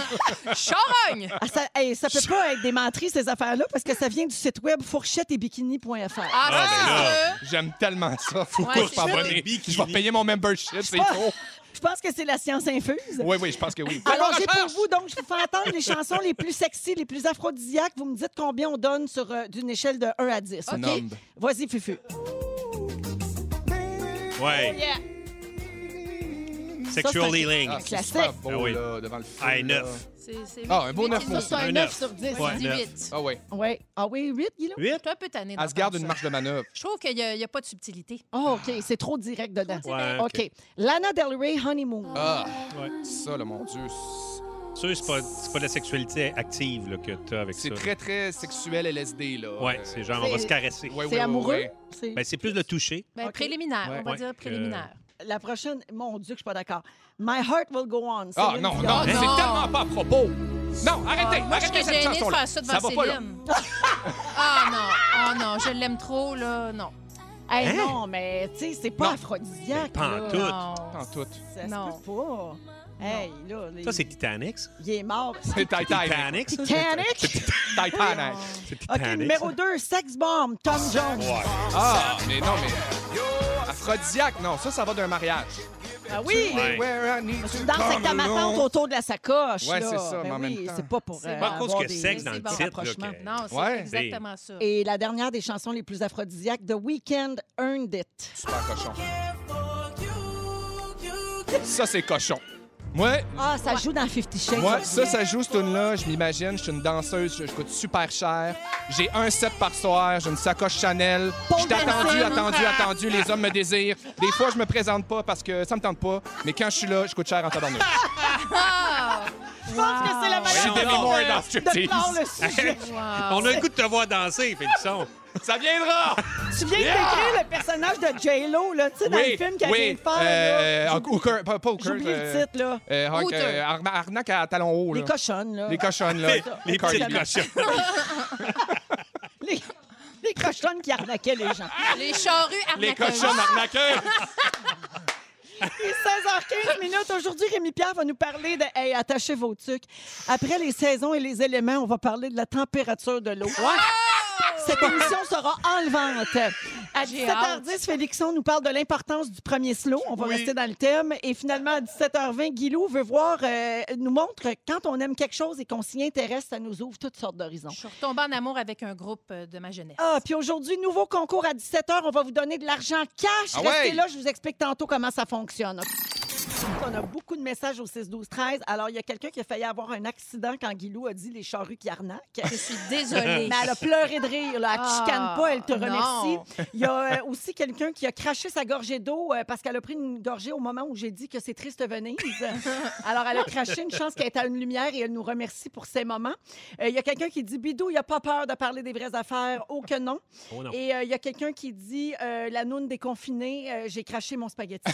Speaker 3: Charogne!
Speaker 1: Ah, ça, hey, ça peut pas être des menteries, ces affaires-là, parce que ça vient du site web fourchettetbikini.fr.
Speaker 3: Ah,
Speaker 2: Ah, ben là.
Speaker 3: ça,
Speaker 4: J'aime tellement ça. Faut
Speaker 3: Ouais,
Speaker 4: que
Speaker 3: c'est
Speaker 4: je m'abonne.
Speaker 2: ça.
Speaker 4: Je vais payer mon membership, c'est trop.
Speaker 1: Je pense que c'est la science infuse.
Speaker 4: Oui, oui, je pense que oui.
Speaker 1: Alors, j'ai pour vous, donc, je vous fais entendre les chansons les plus sexy, les plus aphrodisiaques. Vous me dites combien on donne sur euh, d'une échelle de 1 à 10.
Speaker 4: Un
Speaker 1: OK?
Speaker 4: homme.
Speaker 1: Vas-y, Fufu.
Speaker 2: Ouais. Sexually
Speaker 4: Ah,
Speaker 2: linked.
Speaker 4: c'est
Speaker 1: Classique.
Speaker 4: super beau,
Speaker 2: Ah oui.
Speaker 4: là, devant le feu.
Speaker 2: Hey,
Speaker 4: là.
Speaker 2: neuf.
Speaker 3: c'est- c'est
Speaker 4: Ah, un beau
Speaker 3: huit
Speaker 4: neuf,
Speaker 3: et
Speaker 4: moi
Speaker 3: demi.
Speaker 4: aussi.
Speaker 1: Ça, un
Speaker 2: Un
Speaker 1: 9
Speaker 2: neuf.
Speaker 1: sur 10.
Speaker 2: Ouais.
Speaker 3: C'est
Speaker 2: neuf.
Speaker 3: 18.
Speaker 4: Ah oui.
Speaker 1: Ouais. Ah oui, 8, il est là?
Speaker 3: Je
Speaker 2: 8?
Speaker 3: suis un peu tannée
Speaker 4: Elle se garde une
Speaker 3: d'entendre ça.
Speaker 4: marge de manœuvre.
Speaker 3: Je trouve qu'il n'y a, pas de subtilité.
Speaker 1: Oh, OK, c'est trop direct dedans.
Speaker 2: Ouais,
Speaker 1: OK. Lana Del Rey, Honeymoon.
Speaker 4: Ah,
Speaker 2: Ouais.
Speaker 4: ça, là, mon Dieu. c'est-
Speaker 2: sûr, c'est pas, c'est pas de la sexualité active là, que tu as avec ça.
Speaker 4: C'est très, très sexuel LSD, là.
Speaker 2: Ouais,
Speaker 4: Euh,
Speaker 2: c'est genre, on va
Speaker 5: c'est-
Speaker 2: se caresser.
Speaker 4: ouais, ouais,
Speaker 5: C'est
Speaker 4: ouais,
Speaker 5: amoureux?
Speaker 4: ouais.
Speaker 5: C'est-
Speaker 2: Ben, c'est plus le toucher.
Speaker 3: Ben,
Speaker 5: OK.
Speaker 3: Préliminaire,
Speaker 4: Ouais.
Speaker 3: on va
Speaker 2: Ouais.
Speaker 3: dire
Speaker 2: Donc, euh,
Speaker 3: préliminaire.
Speaker 1: La prochaine, mon Dieu, que je suis pas d'accord. My heart will go on.
Speaker 4: Ah
Speaker 1: Céline
Speaker 4: non,
Speaker 1: Dion.
Speaker 4: non,
Speaker 3: Ah,
Speaker 4: c'est
Speaker 3: non.
Speaker 4: tellement pas à propos. Non, arrêtez,
Speaker 3: Ah, Moi, je
Speaker 4: arrêtez
Speaker 3: serais
Speaker 4: cette
Speaker 3: gênée de
Speaker 4: chanson-là.
Speaker 3: faire ça devant
Speaker 4: va pas là.
Speaker 3: Céline. Ah non, ah non, je l'aime trop, là, non.
Speaker 5: Hey,
Speaker 2: Hein?
Speaker 5: Non, mais tu sais, c'est pas
Speaker 2: Non.
Speaker 5: aphrodisiaque.
Speaker 2: Mais pas en
Speaker 5: là.
Speaker 2: tout.
Speaker 3: Non.
Speaker 4: En tout.
Speaker 1: Ça
Speaker 3: Non.
Speaker 1: se peut pas. Hey, là, les-
Speaker 2: Ça, c'est Titanic. ça.
Speaker 1: il est mort.
Speaker 4: C'est Titanic.
Speaker 2: Titanic,
Speaker 1: *laughs*
Speaker 2: ça?
Speaker 1: Titanic?
Speaker 4: Titanic.
Speaker 2: C'est
Speaker 1: OK,
Speaker 2: Titanic.
Speaker 1: numéro 2, Sex Bomb, Tom Jones.
Speaker 4: Ah, mais non, mais... Aphrodisiaque, non, ça, ça va d'un mariage.
Speaker 1: Ah oui!
Speaker 2: Ouais.
Speaker 4: Where I need
Speaker 1: Tu
Speaker 4: to
Speaker 1: danses avec ta
Speaker 4: come
Speaker 1: matante
Speaker 4: alone.
Speaker 1: autour de la sacoche.
Speaker 4: Ouais,
Speaker 1: là.
Speaker 4: c'est ça,
Speaker 1: Ben
Speaker 4: mais
Speaker 1: oui,
Speaker 4: en même temps.
Speaker 1: c'est pas pour.
Speaker 3: C'est
Speaker 1: euh,
Speaker 3: pas
Speaker 2: à cause
Speaker 1: avoir
Speaker 2: que
Speaker 1: des-
Speaker 2: sexe dans
Speaker 3: des
Speaker 2: le
Speaker 3: bons
Speaker 2: titre. là,
Speaker 1: rapprochements.
Speaker 2: que-
Speaker 3: Non, c'est
Speaker 4: Ouais.
Speaker 3: exactement ça.
Speaker 1: Et la dernière des chansons les plus aphrodisiaques, The Weeknd Earned It.
Speaker 4: Super cochon. Ça, c'est cochon. Ouais,
Speaker 1: Ah, ça joue dans Fifty Shades.
Speaker 4: Moi,
Speaker 1: of
Speaker 4: ça, ça joue, cette tune-là. Je m'imagine, je suis une danseuse, je, je coûte super cher. J'ai un set par soir, j'ai une sacoche Chanel. Je suis attendu, attendu, attendu. Les hommes me désirent. Des fois, je me présente pas parce que ça me tente pas. Mais quand je suis là, je coûte cher en tabarnak.
Speaker 1: *laughs* Je pense que c'est la
Speaker 4: Je suis
Speaker 2: Voyons donc.
Speaker 1: manière
Speaker 4: Demi Moore dans
Speaker 1: de
Speaker 4: Striptease.
Speaker 1: clore le sujet.
Speaker 2: *laughs* On a le goût de te voir danser, Félixon.
Speaker 4: Ça viendra!
Speaker 1: tu viens
Speaker 4: Yeah!
Speaker 1: de décrire le personnage de J-Lo, là, tu sais, dans le film qu'elle vient de
Speaker 4: euh,
Speaker 1: faire. là.
Speaker 4: en- Hooker, pas, pas Hooker,
Speaker 1: J'oublie
Speaker 4: euh,
Speaker 1: le titre, là.
Speaker 4: euh, Hawk,
Speaker 3: Hooter.
Speaker 4: euh, arna- arnaque à talons hauts.
Speaker 1: Les
Speaker 4: là.
Speaker 1: cochonnes, là.
Speaker 4: Les
Speaker 1: *laughs*
Speaker 4: cochonnes, là.
Speaker 2: Les
Speaker 4: Cardi
Speaker 2: petites
Speaker 4: B.
Speaker 2: cochons.
Speaker 1: Les, *laughs* les cochonnes qui arnaquaient les gens.
Speaker 3: Les charrues
Speaker 4: Les
Speaker 3: arnaqueuses.
Speaker 4: cochonnes arnaqueuses.
Speaker 1: Il est 16h15 minutes. Aujourd'hui, Rémi Pierre va nous parler de Hey, attachez vos tucs. Après les saisons et les éléments, on va parler de la température de l'eau.
Speaker 3: Ah!
Speaker 1: Cette émission sera enlevante. À
Speaker 3: J'ai hâte.
Speaker 1: 17h10, Félixon nous parle de l'importance du premier slow. On va rester dans le thème. Et finalement, à 17h20, Guilou veut voir, euh, nous montre que quand on aime quelque chose et qu'on s'y intéresse, ça nous ouvre toutes sortes d'horizons.
Speaker 3: Je suis retombée en amour avec un groupe euh, de ma jeunesse.
Speaker 1: Ah, puis aujourd'hui, nouveau concours à 17h. On va vous donner de l'argent cash.
Speaker 4: Ah
Speaker 1: Restez
Speaker 4: ouais?
Speaker 1: là, je vous explique tantôt comment ça fonctionne. On a beaucoup de messages au 6-12-13. Alors, il y a quelqu'un qui a failli avoir un accident quand Guilou a dit les charrues qui
Speaker 3: *laughs*
Speaker 1: arnaquent.
Speaker 3: Je suis *laughs* désolée.
Speaker 1: Mais elle a pleuré de rire. Là. Elle te
Speaker 3: Ah,
Speaker 1: chicane pas, elle te remercie.
Speaker 3: non.
Speaker 1: Il y a euh, aussi quelqu'un qui a craché sa gorgée d'eau euh, parce qu'elle a pris une gorgée au moment où j'ai dit que c'est triste Venise.
Speaker 3: *laughs*
Speaker 1: Alors, elle a craché une chance qu'elle est à une lumière et elle nous remercie pour ces moments. Euh, Il y a quelqu'un qui dit Bidou, il a pas peur de parler des vraies affaires. Oh que non.
Speaker 2: Oh non.
Speaker 1: Et euh, il y a quelqu'un qui dit euh, La noune déconfinée, euh, j'ai craché
Speaker 2: *laughs*
Speaker 1: mon spaghetti.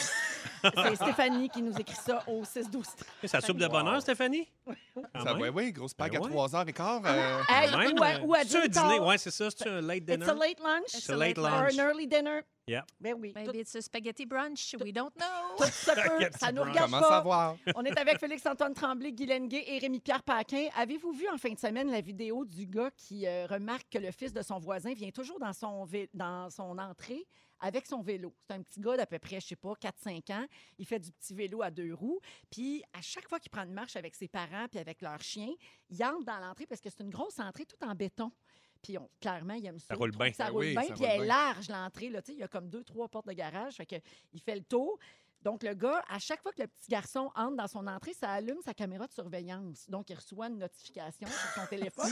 Speaker 1: c'est Stéphanie qui nous écrit ça au 6-12.
Speaker 2: Ça soupe de bonheur, Stéphanie? Quand
Speaker 4: Ça,
Speaker 2: même.
Speaker 4: ouais, oui, grosse pack
Speaker 2: Ben
Speaker 4: à
Speaker 2: ouais.
Speaker 4: 3h15. euh,
Speaker 1: Hey,
Speaker 2: Quand même,
Speaker 1: ou à,
Speaker 2: euh,
Speaker 1: ou à
Speaker 2: C'est-tu un
Speaker 1: dinner.
Speaker 2: dîner, ouais, c'est ça. C'est un late dinner.
Speaker 1: It's a late lunch.
Speaker 2: It's a late
Speaker 1: Or
Speaker 2: lunch.
Speaker 1: an early dinner.
Speaker 2: Yeah.
Speaker 1: Ben oui. Tout-
Speaker 3: Maybe it's a spaghetti brunch, we don't know.
Speaker 1: Tout se
Speaker 2: *laughs*
Speaker 1: peut.
Speaker 2: Spaghetti
Speaker 1: Ça nous
Speaker 2: brunch.
Speaker 1: regarde
Speaker 4: Comment
Speaker 1: pas.
Speaker 4: savoir?
Speaker 1: On est avec Félix-Antoine Tremblay, Guy Lenguet et Rémi-Pierre Paquin. Avez-vous vu en fin de semaine la vidéo du gars qui euh, remarque que le fils de son voisin vient toujours dans son, vé- dans son entrée avec son vélo? C'est un petit gars d'à peu près, je sais pas, 4-5 ans. Il fait du petit vélo à deux roues. Puis à chaque fois qu'il prend une marche avec ses parents puis avec leur chien, il entre dans l'entrée parce que c'est une grosse entrée tout en béton. Puis on- clairement, il aime ça.
Speaker 2: Ça roule
Speaker 1: Il trouve
Speaker 2: bien.
Speaker 1: que Ça
Speaker 4: Ben
Speaker 1: roule
Speaker 4: oui,
Speaker 1: bien.
Speaker 4: ça
Speaker 1: Puis
Speaker 4: roule
Speaker 1: elle est
Speaker 4: bien.
Speaker 1: large, l'entrée. là. Tu sais, Il y a comme deux, trois portes de garage. Fait que il fait le tour. Donc, le gars, à chaque fois que le petit garçon entre dans son entrée, ça allume sa caméra de surveillance. Donc, il reçoit une notification sur son téléphone.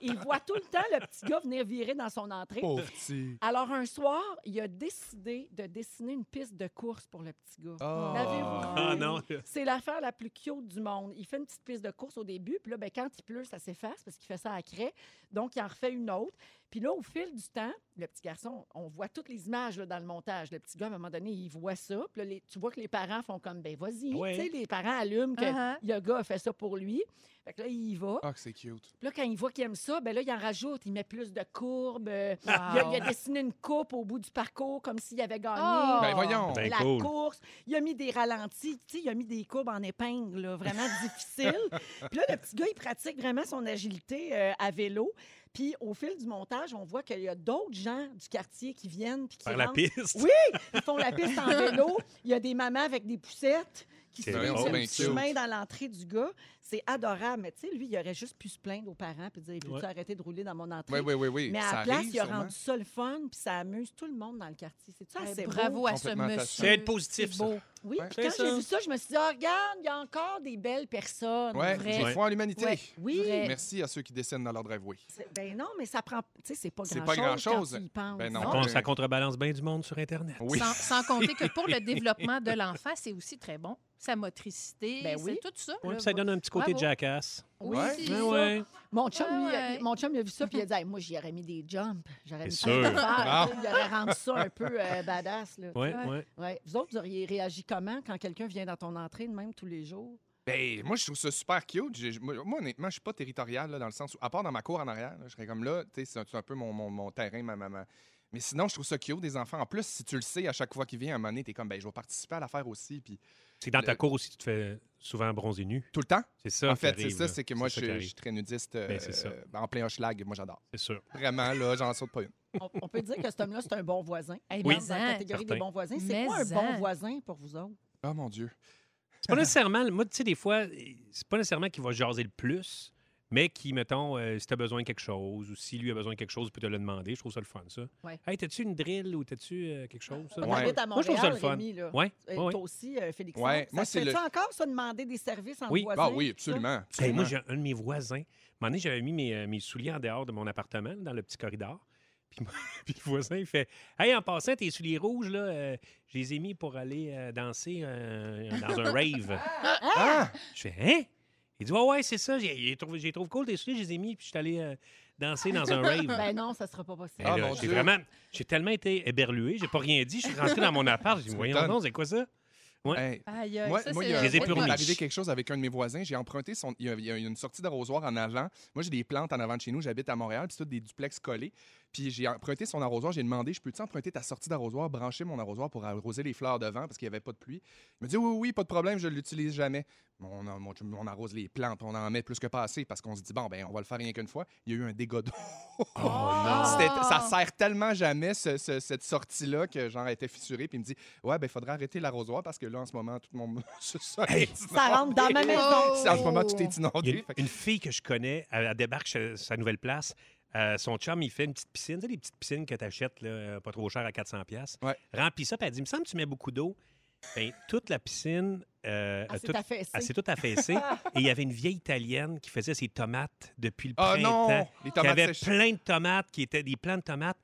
Speaker 1: il, il voit tout le temps le petit gars venir virer dans son *laughs* entrée.
Speaker 4: Pauvre petit.
Speaker 1: Alors, un soir, il a décidé de dessiner une piste de course pour le petit gars.
Speaker 4: Oh.
Speaker 1: L'avez-vous vu?
Speaker 2: Ah non.
Speaker 1: C'est l'affaire la plus cute du monde. Il fait une petite piste de course au début, puis là, ben, quand il pleut, ça s'efface parce qu'il fait ça à craie. Donc, il en refait une autre. Puis là, au fil du temps, le petit garçon, on voit toutes les images là, dans le montage. Le petit gars, à un moment donné, il voit ça. Puis là, les- tu vois que les parents font comme, ben vas-y.
Speaker 2: Ouais.
Speaker 1: Tu sais, les parents allument que
Speaker 3: Uh-huh.
Speaker 1: le gars a fait ça pour lui. Fait que là, il y va.
Speaker 4: Ah, que c'est cute.
Speaker 1: Puis là, quand il voit qu'il aime ça, ben là, il en rajoute. Il met plus de courbes. euh,
Speaker 3: Wow.
Speaker 1: il, a, il a dessiné une coupe au bout du parcours comme s'il avait gagné
Speaker 3: Oh.
Speaker 4: Ben voyons.
Speaker 2: Ben,
Speaker 1: la
Speaker 2: cool.
Speaker 1: course. Il a mis des ralentis, tu sais, il a mis des courbes en épingle, là, vraiment
Speaker 2: *laughs*
Speaker 1: difficiles. Puis là, le petit gars, il pratique vraiment son agilité euh, à vélo. Puis au fil du montage, on voit qu'il y a d'autres gens du quartier qui viennent puis
Speaker 2: *laughs*
Speaker 1: qui
Speaker 2: Par la
Speaker 1: rentrent.
Speaker 2: piste.
Speaker 1: Oui, ils font la piste
Speaker 2: *laughs*
Speaker 1: en vélo. Il y a des mamans avec des poussettes qui se
Speaker 2: C'est oh,
Speaker 1: prennent
Speaker 2: drôle,
Speaker 1: sur le
Speaker 4: ben
Speaker 1: petit
Speaker 4: cute.
Speaker 1: chemin dans l'entrée du gars. C'est adorable. Mais tu sais, lui, il aurait juste pu se plaindre aux parents puis dire, veux-tu
Speaker 2: Ouais.
Speaker 1: arrêter de rouler dans mon entrée?
Speaker 4: Oui, oui, oui, oui.
Speaker 1: Mais à
Speaker 4: ça
Speaker 1: la place,
Speaker 4: arrive,
Speaker 1: il a
Speaker 4: sûrement.
Speaker 1: rendu ça le fun, puis ça amuse tout le monde dans le quartier. C'est ça,
Speaker 3: Eh,
Speaker 1: c'est
Speaker 3: bravo à ce
Speaker 4: Complètement
Speaker 3: monsieur.
Speaker 4: attachant.
Speaker 2: C'est être positif,
Speaker 3: C'est
Speaker 2: ça.
Speaker 3: beau.
Speaker 1: Oui,
Speaker 4: Ouais.
Speaker 1: puis quand
Speaker 2: C'est
Speaker 1: j'ai
Speaker 2: ça.
Speaker 1: vu ça, je me suis dit, Ah, regarde, il y a encore des belles personnes.
Speaker 4: Ouais,
Speaker 3: Vrai.
Speaker 4: j'ai foi en l'humanité.
Speaker 3: Ouais.
Speaker 1: Oui,
Speaker 3: Vrai.
Speaker 4: Merci à ceux qui dessinent dans leur driveway.
Speaker 1: c'est- ben non, mais ça prend. Tu sais, c'est pas
Speaker 4: C'est
Speaker 1: grand-chose.
Speaker 4: pas grand-chose.
Speaker 1: Quand tu y penses.
Speaker 4: Ben non.
Speaker 2: On pense- Ça contrebalance bien du monde sur Internet.
Speaker 4: Oui. *laughs*
Speaker 3: Sans, sans compter que pour le développement de l'enfant, c'est aussi très bon. sa motricité,
Speaker 1: Ben oui.
Speaker 3: c'est tout ça.
Speaker 2: Ouais,
Speaker 3: là.
Speaker 2: puis ça donne un petit côté
Speaker 3: Bravo.
Speaker 2: jackass.
Speaker 1: Oui,
Speaker 4: Ouais.
Speaker 3: c'est
Speaker 2: Ouais,
Speaker 3: ça.
Speaker 2: ouais.
Speaker 1: Mon chum, lui,
Speaker 3: Ouais.
Speaker 1: mon chum, il a vu ça, puis *laughs* il a dit Hey, Moi, j'y aurais mis des jumps. J'aurais mis
Speaker 2: C'est
Speaker 1: plein
Speaker 2: sûr.
Speaker 4: Ah.
Speaker 1: d'affaires. Il aurait rendu ça un peu
Speaker 4: *laughs*
Speaker 1: euh, badass. Là.
Speaker 2: Ouais,
Speaker 3: Ouais.
Speaker 2: ouais.
Speaker 1: Ouais. Vous autres, vous auriez réagi comment quand quelqu'un vient dans ton entrée, de même tous les jours
Speaker 4: Ben, moi, je trouve ça super cute. J'ai- moi, moi, honnêtement, je suis pas territorial, là, dans le sens où, à part dans ma cour en arrière, là, je serais comme là, tu sais, c'est un- c'est un peu mon, mon- mon terrain, ma maman. Mais sinon, je trouve ça cute des enfants. En plus, si tu le sais, à chaque fois qu'il vient, à un moment donné, t'es comme, ben, je vais participer à l'affaire aussi. Puis
Speaker 2: C'est que dans ta
Speaker 4: Le-
Speaker 2: cour aussi, tu te fais souvent bronzer nu.
Speaker 4: tout le temps,
Speaker 2: C'est ça.
Speaker 4: en
Speaker 2: qui
Speaker 4: fait,
Speaker 2: arrive,
Speaker 4: c'est ça,
Speaker 2: là.
Speaker 4: c'est que moi,
Speaker 2: ça
Speaker 4: je,
Speaker 2: qui
Speaker 4: je
Speaker 2: arrive,
Speaker 4: suis très nudiste euh,
Speaker 2: Ben, c'est ça.
Speaker 4: euh, en plein hochelag. Moi, j'adore.
Speaker 2: C'est
Speaker 4: *laughs*
Speaker 2: sûr.
Speaker 4: Vraiment, là, j'en saute pas une.
Speaker 1: on, on peut dire que cet homme-là, c'est un bon voisin.
Speaker 3: Hey,
Speaker 2: Oui.
Speaker 1: Dans la
Speaker 3: mais-
Speaker 1: catégorie des
Speaker 2: Certain.
Speaker 1: bons voisins. C'est
Speaker 3: Mais
Speaker 1: quoi un bon
Speaker 3: en.
Speaker 1: voisin pour vous autres
Speaker 4: Oh mon Dieu.
Speaker 2: C'est pas nécessairement, moi, tu sais, des fois, c'est pas nécessairement qu'il va jaser le plus, mais qui, mettons, euh, si t'as besoin de quelque chose ou si lui a besoin de quelque chose, il peut te le demander. Je trouve ça le fun, ça.
Speaker 1: Ouais.
Speaker 2: Hey, t'as-tu une drill ou t'as-tu euh, quelque chose? Ça?
Speaker 1: On
Speaker 4: Ouais.
Speaker 1: habite à
Speaker 2: Moi, je trouve ça
Speaker 1: Montréal,
Speaker 2: le fun.
Speaker 1: Rémi, là.
Speaker 2: Ouais,
Speaker 1: Et
Speaker 2: ouais, ouais.
Speaker 1: Toi aussi, euh, Félix.
Speaker 4: Ouais,
Speaker 1: moi,
Speaker 4: moi,
Speaker 1: c'est
Speaker 4: c'est
Speaker 1: le...
Speaker 4: le-
Speaker 1: encore ça demander des services entre
Speaker 2: Oui.
Speaker 1: voisins?
Speaker 4: Ah oui, absolument.
Speaker 2: Hey, moi,
Speaker 4: absolument.
Speaker 2: j'ai un de mes voisins. Un moment donné, j'avais mis mes, euh, mes souliers en dehors de mon appartement, dans le petit corridor. *laughs* Puis, moi- puis le voisin, il fait Hey, en passant, tes souliers rouges, là, euh, je les ai mis pour aller euh, danser euh, dans un rave.
Speaker 4: *laughs* Ah!
Speaker 2: Je fais Hein? Il dit Ouais, ouais, c'est ça. J'ai j'ai trouvé, j'ai trouvé cool tes souliers, je les ai mis, puis je suis allé euh, danser dans un
Speaker 4: *laughs*
Speaker 2: rave.
Speaker 1: Ben non, ça ne sera pas possible.
Speaker 2: Et
Speaker 4: Ah,
Speaker 2: là,
Speaker 4: mon
Speaker 2: j'ai
Speaker 4: Dieu.
Speaker 2: vraiment, j'ai tellement été éberlué, j'ai pas rien dit. Je suis rentré dans mon appart, j'ai dit
Speaker 4: *laughs* Tu
Speaker 2: Voyons
Speaker 4: m'étonnes.
Speaker 2: donc, c'est quoi ça?
Speaker 4: Hey,
Speaker 3: Aïe, aïe,
Speaker 4: Moi,
Speaker 3: Euh, ça,
Speaker 4: moi,
Speaker 3: c'est-
Speaker 4: il y a,
Speaker 2: Je les ai
Speaker 4: moi,
Speaker 2: plus
Speaker 4: il m'est
Speaker 2: remis.
Speaker 4: arrivé quelque chose avec un de mes voisins. J'ai emprunté son. Il y, a, il y a une sortie d'arrosoir en avant. Moi, j'ai des plantes en avant de chez nous. J'habite à Montréal. Puis c'est tout des duplex collés. Puis j'ai emprunté son arrosoir. J'ai demandé Je peux-tu emprunter ta sortie d'arrosoir, brancher mon arrosoir pour arroser les fleurs devant parce qu'il n'y avait pas de pluie Il me dit Oui, oui, pas de problème. Je ne l'utilise jamais. On, en- mon chum, on arrose les plantes. On en met plus que pas assez parce qu'on se dit Bon, ben, on va le faire rien qu'une fois. Il y a eu un dégât d'eau. Oh, C'était-
Speaker 1: Ah.
Speaker 4: Ça sert tellement jamais ce- ce- cette sortie-là que genre elle était fissurée. Puis il me dit Ouais, ben, faudrait arrêter l'arrosoir parce que là, en ce moment, tout mon. *laughs* ce sol est
Speaker 1: Ça rentre dans ma maison.
Speaker 3: Oh!
Speaker 4: c'est en ce moment, tout est
Speaker 2: Il y a
Speaker 4: inondé.
Speaker 2: une,
Speaker 4: Fait que-
Speaker 2: une fille que je connais, elle, elle débarque chez sa nouvelle place. Euh, son chum, il fait une petite piscine. Tu sais, les petites piscines que tu achètes pas trop cher à 400$. pièces
Speaker 4: Ouais.
Speaker 2: Remplis ça, puis elle dit, il me semble que tu mets beaucoup d'eau. Ben, toute la piscine, euh,
Speaker 1: Ah,
Speaker 2: a
Speaker 1: c'est
Speaker 2: tout-
Speaker 1: ta fessée.
Speaker 2: elle s'est toute *laughs* affaissée. et il y avait une vieille Italienne qui faisait ses tomates depuis le
Speaker 4: Ah
Speaker 2: printemps.
Speaker 4: non! Les
Speaker 2: qui
Speaker 4: tomates
Speaker 2: avait
Speaker 4: sèches.
Speaker 2: plein de tomates, qui étaient des plants de tomates.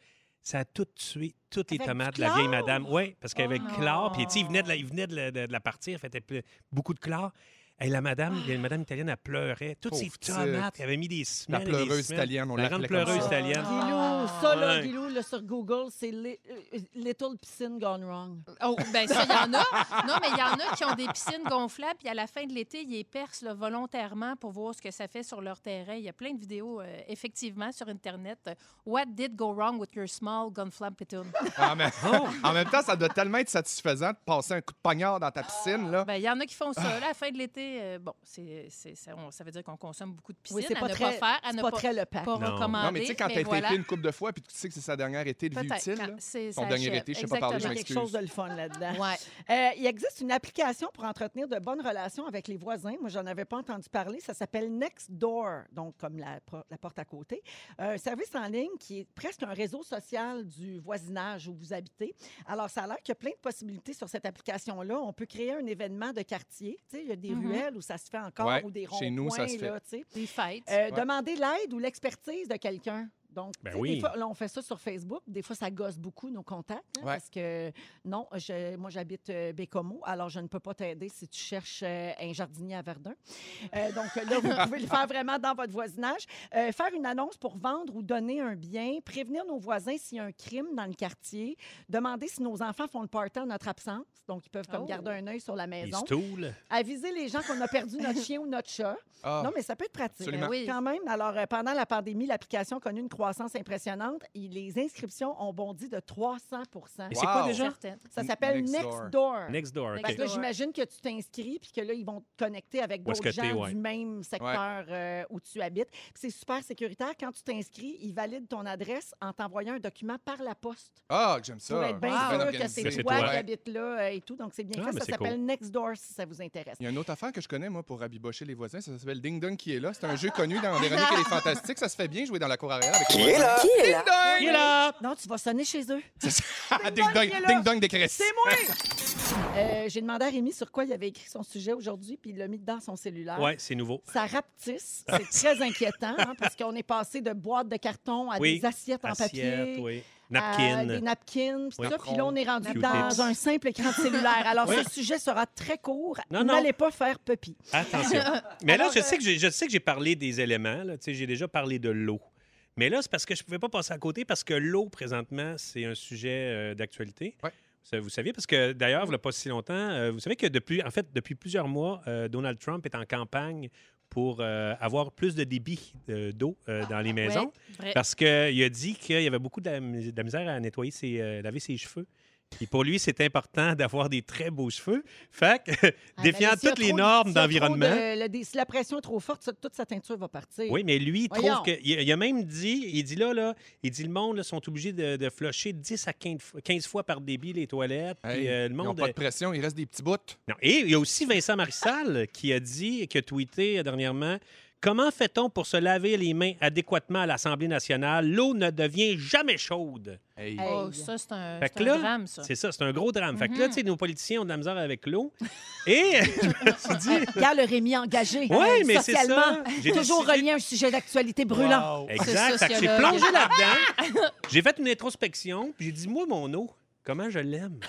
Speaker 2: Ça a tout tué, toutes les
Speaker 1: Avec du
Speaker 2: tomates de la vieille
Speaker 1: chlore?
Speaker 2: madame. Oui, parce qu'avec
Speaker 3: Oh
Speaker 2: chlore, puis
Speaker 3: non.
Speaker 2: tu sais, il venait de la, il venait de la, de- de la partir, fait, elle ple- beaucoup de chlore. Et la madame, la madame italienne, elle pleurait. Toutes ses
Speaker 4: Pauvre petite.
Speaker 2: tomates, elle avait mis des
Speaker 4: La
Speaker 2: semaines. et des
Speaker 4: pleureuse
Speaker 2: semaines.
Speaker 4: italienne, on
Speaker 2: La grande
Speaker 4: l'appelait comme
Speaker 2: pleureuse
Speaker 4: ça.
Speaker 1: Ah.
Speaker 2: italienne.
Speaker 1: Guilou, ça, là,
Speaker 2: Ouais.
Speaker 1: Guilou, là, sur Google, c'est li- euh, Little Piscine Gone Wrong.
Speaker 3: Oh, ben ça, il y en a. Non, mais il y en a qui ont des piscines gonflables, puis à la fin de l'été, ils les percent là, volontairement pour voir ce que ça fait sur leur terrain. Il y a plein de vidéos, euh, effectivement, sur Internet. Euh, What did go wrong with your small gonflable pitoune?
Speaker 4: En même- Ah,
Speaker 2: Ah,
Speaker 4: En même temps, ça doit tellement être satisfaisant de passer un coup de poignard dans ta piscine. Là.
Speaker 3: Ben, il y en a qui font ça. Là, à la fin de l'été, euh, bon, c'est, c'est- ça, on- ça veut dire qu'on consomme beaucoup de piscines
Speaker 1: Oui, c'est
Speaker 3: à
Speaker 1: pas
Speaker 3: ne
Speaker 1: très-
Speaker 3: pas faire, à
Speaker 1: C'est
Speaker 3: ne
Speaker 1: pas
Speaker 3: pas,
Speaker 1: très le pack.
Speaker 3: pas
Speaker 2: Non.
Speaker 1: Ah,
Speaker 3: recommander.
Speaker 1: ben
Speaker 4: non, mais tu sais, quand t'as
Speaker 3: mais
Speaker 4: été
Speaker 3: voilà,
Speaker 4: une coupe de fois, puis tu sais que c'est sa dernière été de vie
Speaker 3: peut-être,
Speaker 4: utile,
Speaker 3: quand
Speaker 4: là.
Speaker 3: c'est-
Speaker 4: Ton
Speaker 3: ça
Speaker 4: dernier
Speaker 3: achève.
Speaker 4: été, je sais pas parler,
Speaker 1: Il y
Speaker 4: je
Speaker 1: a
Speaker 3: Exactement.
Speaker 1: quelque chose de le fun là-dedans.
Speaker 3: Ouais.
Speaker 1: Euh, il existe une application pour entretenir de bonnes relations avec les voisins. Moi, j'en avais pas entendu parler. Ça s'appelle Nextdoor, donc comme la, pro- la porte à côté. Euh, Un service en ligne qui est presque un réseau social du voisinage où vous habitez. Alors, ça a l'air qu'il y a plein de possibilités sur cette application-là. On peut créer un événement de quartier. Tu sais, il y a des
Speaker 3: Mhm.
Speaker 1: ruelles où ça se fait encore
Speaker 4: Mm-hmm. Ouais,
Speaker 1: ou des ronds-points.
Speaker 4: chez nous, ça se fait.
Speaker 1: là, tu sais.
Speaker 3: Des fêtes.
Speaker 1: Euh,
Speaker 4: Ouais.
Speaker 1: Demander l'aide ou l'expertise de quelqu'un. Donc,
Speaker 2: Ben
Speaker 1: tu sais, des
Speaker 2: oui.
Speaker 1: fois, là, on fait ça sur Facebook. Des fois, ça gosse beaucoup nos contacts. hein,
Speaker 4: Ouais.
Speaker 1: Parce que, non, je- moi, j'habite euh, Bécomo, alors je ne peux pas t'aider si tu cherches euh, un jardinier à Verdun. Euh, donc, là, vous pouvez le faire vraiment dans votre voisinage. Euh, faire une annonce pour vendre ou donner un bien. Prévenir nos voisins s'il y a un crime dans le quartier. Demander si nos enfants font le party en notre absence. Donc, ils peuvent comme
Speaker 3: Oh.
Speaker 1: garder un œil sur la
Speaker 2: Les
Speaker 1: maison.
Speaker 2: stools.
Speaker 1: Aviser les gens qu'on a perdu notre chien ou notre chat.
Speaker 4: Ah,
Speaker 1: Non, mais ça peut être pratique.
Speaker 4: Absolument.
Speaker 3: Ben oui.
Speaker 1: Quand même, alors euh, pendant la pandémie, l'application a connu une croissance impressionnante. Et les inscriptions ont bondi de 300
Speaker 2: Et c'est quoi
Speaker 4: Wow.
Speaker 2: déjà?
Speaker 3: Certaines.
Speaker 1: Ça s'appelle
Speaker 4: Nextdoor.
Speaker 1: Nextdoor.
Speaker 2: Nextdoor. OK.
Speaker 1: Parce que là,
Speaker 3: Nextdoor.
Speaker 1: j'imagine que tu t'inscris puis que là, ils vont te connecter avec
Speaker 2: Où est-ce
Speaker 1: d'autres
Speaker 2: que t'es,
Speaker 1: gens
Speaker 2: ouais.
Speaker 1: du même secteur euh, où tu habites. Puis c'est super sécuritaire. Quand tu t'inscris, ils valident ton adresse en t'envoyant un document par la poste
Speaker 4: Ah, que j'aime ça.
Speaker 1: pour être bien
Speaker 4: C'est
Speaker 1: sûr que
Speaker 4: organisé.
Speaker 1: c'est toi,
Speaker 2: c'est toi.
Speaker 1: qui habites là euh, et tout. Donc, c'est bien
Speaker 2: Ah,
Speaker 1: fait.
Speaker 2: mais
Speaker 1: Ça
Speaker 2: c'est
Speaker 1: s'appelle Nextdoor si ça vous intéresse.
Speaker 4: Il y a une autre affaire que je connais, moi, pour rabibocher les voisins. Ça s'appelle Ding Dong qui est là. C'est un jeu connu dans Véronique et les Fantastiques. Ça se fait bien jouer dans la cour arrière avec les voisins.
Speaker 6: Qui est là?
Speaker 2: Il est
Speaker 4: *laughs*
Speaker 2: là!
Speaker 1: Non, tu vas sonner chez eux.
Speaker 4: Ding
Speaker 1: Dong, il est là.
Speaker 4: Dong, Ding Dong des Cresses.
Speaker 1: C'est moi! Euh, J'ai demandé à Rémi sur quoi il avait écrit son sujet aujourd'hui, puis il l'a mis dans son cellulaire.
Speaker 2: Ouais, c'est nouveau.
Speaker 1: Ça rapetisse,
Speaker 2: *laughs*
Speaker 1: c'est très inquiétant, hein, parce qu'on est passé de boîtes de carton à
Speaker 2: Oui,
Speaker 1: des assiettes en
Speaker 2: Assiette,
Speaker 1: papier, Euh,
Speaker 2: oui.
Speaker 7: à
Speaker 2: Napkin.
Speaker 7: des napkins, puis
Speaker 2: Oui.
Speaker 7: ça. Puis là, on est rendu
Speaker 2: Q-tips.
Speaker 7: dans un simple écran de cellulaire. Alors,
Speaker 2: Oui.
Speaker 7: ce sujet sera très court.
Speaker 2: Non, non.
Speaker 7: N'allez pas faire puppy. *laughs*
Speaker 2: Attention. Mais là,
Speaker 7: Alors,
Speaker 2: je
Speaker 7: euh,
Speaker 2: sais que j'ai, je sais que j'ai parlé des éléments. là. Tu sais, j'ai déjà parlé de l'eau. Mais là, c'est parce que je ne pouvais pas passer à côté parce que l'eau, présentement, c'est un sujet euh, d'actualité.
Speaker 4: Ouais.
Speaker 2: Ça, Vous savez, parce que d'ailleurs, il n'y a pas si longtemps, euh, vous savez que depuis, en fait, depuis plusieurs mois, euh, Donald Trump est en campagne pour euh, avoir plus de débit euh, d'eau euh,
Speaker 7: Ah,
Speaker 2: dans les maisons.
Speaker 7: Eh.
Speaker 3: vrai.
Speaker 2: Parce qu'il a dit qu'il y avait beaucoup de la, mis- de la misère à nettoyer ses, euh, laver ses cheveux. Et pour lui, c'est important *laughs* d'avoir des très beaux cheveux. Fait
Speaker 7: *laughs*
Speaker 2: que,
Speaker 7: Ah,
Speaker 2: Ah, défiant ben,
Speaker 7: mais s'il y a
Speaker 2: toutes les
Speaker 7: trop-
Speaker 2: normes
Speaker 7: s'il y a trop
Speaker 2: d'environnement.
Speaker 7: de- le dé- si la pression est trop forte, ça- toute sa teinture va partir.
Speaker 2: Oui, mais lui, il trouve
Speaker 7: Voyons.
Speaker 2: que. Il, il a même dit, il dit là, là, il dit le monde, là, sont obligés de, de flusher 10 à 15 fois, 15 fois par débit les toilettes. puis,
Speaker 4: Hey,
Speaker 2: euh, le
Speaker 4: Ils n'ont
Speaker 2: monde.
Speaker 4: pas de pression, il reste des petits bouts.
Speaker 2: Non. Et il y a aussi Vincent Marissal euh, qui a dit, qui a tweeté euh, dernièrement Comment fait-on pour se laver les mains adéquatement à l'Assemblée nationale L'eau ne devient jamais chaude.
Speaker 4: Hey.
Speaker 7: Hey.
Speaker 3: Oh, ça, c'est un,
Speaker 2: Fait
Speaker 3: c'est
Speaker 2: que là,
Speaker 3: un drame, ça.
Speaker 2: C'est ça, c'est un gros drame. Fait que
Speaker 3: Mhm.
Speaker 2: là, tu sais, nos politiciens ont de la misère avec l'eau. Et *laughs* je me suis
Speaker 1: *laughs*
Speaker 2: dit.
Speaker 7: Regarde le Rémi engagé.
Speaker 2: Ouais,
Speaker 7: euh,
Speaker 2: mais c'est
Speaker 7: socialement.
Speaker 2: ça. J'ai
Speaker 7: Toujours
Speaker 2: décidé-
Speaker 7: relié à un sujet d'actualité brûlant.
Speaker 4: Wow.
Speaker 2: Exact.
Speaker 3: Ce
Speaker 2: Fait que j'ai
Speaker 3: sociologue.
Speaker 2: plongé là-dedans. J'ai fait une introspection. Puis j'ai dit, moi, mon eau, comment je l'aime.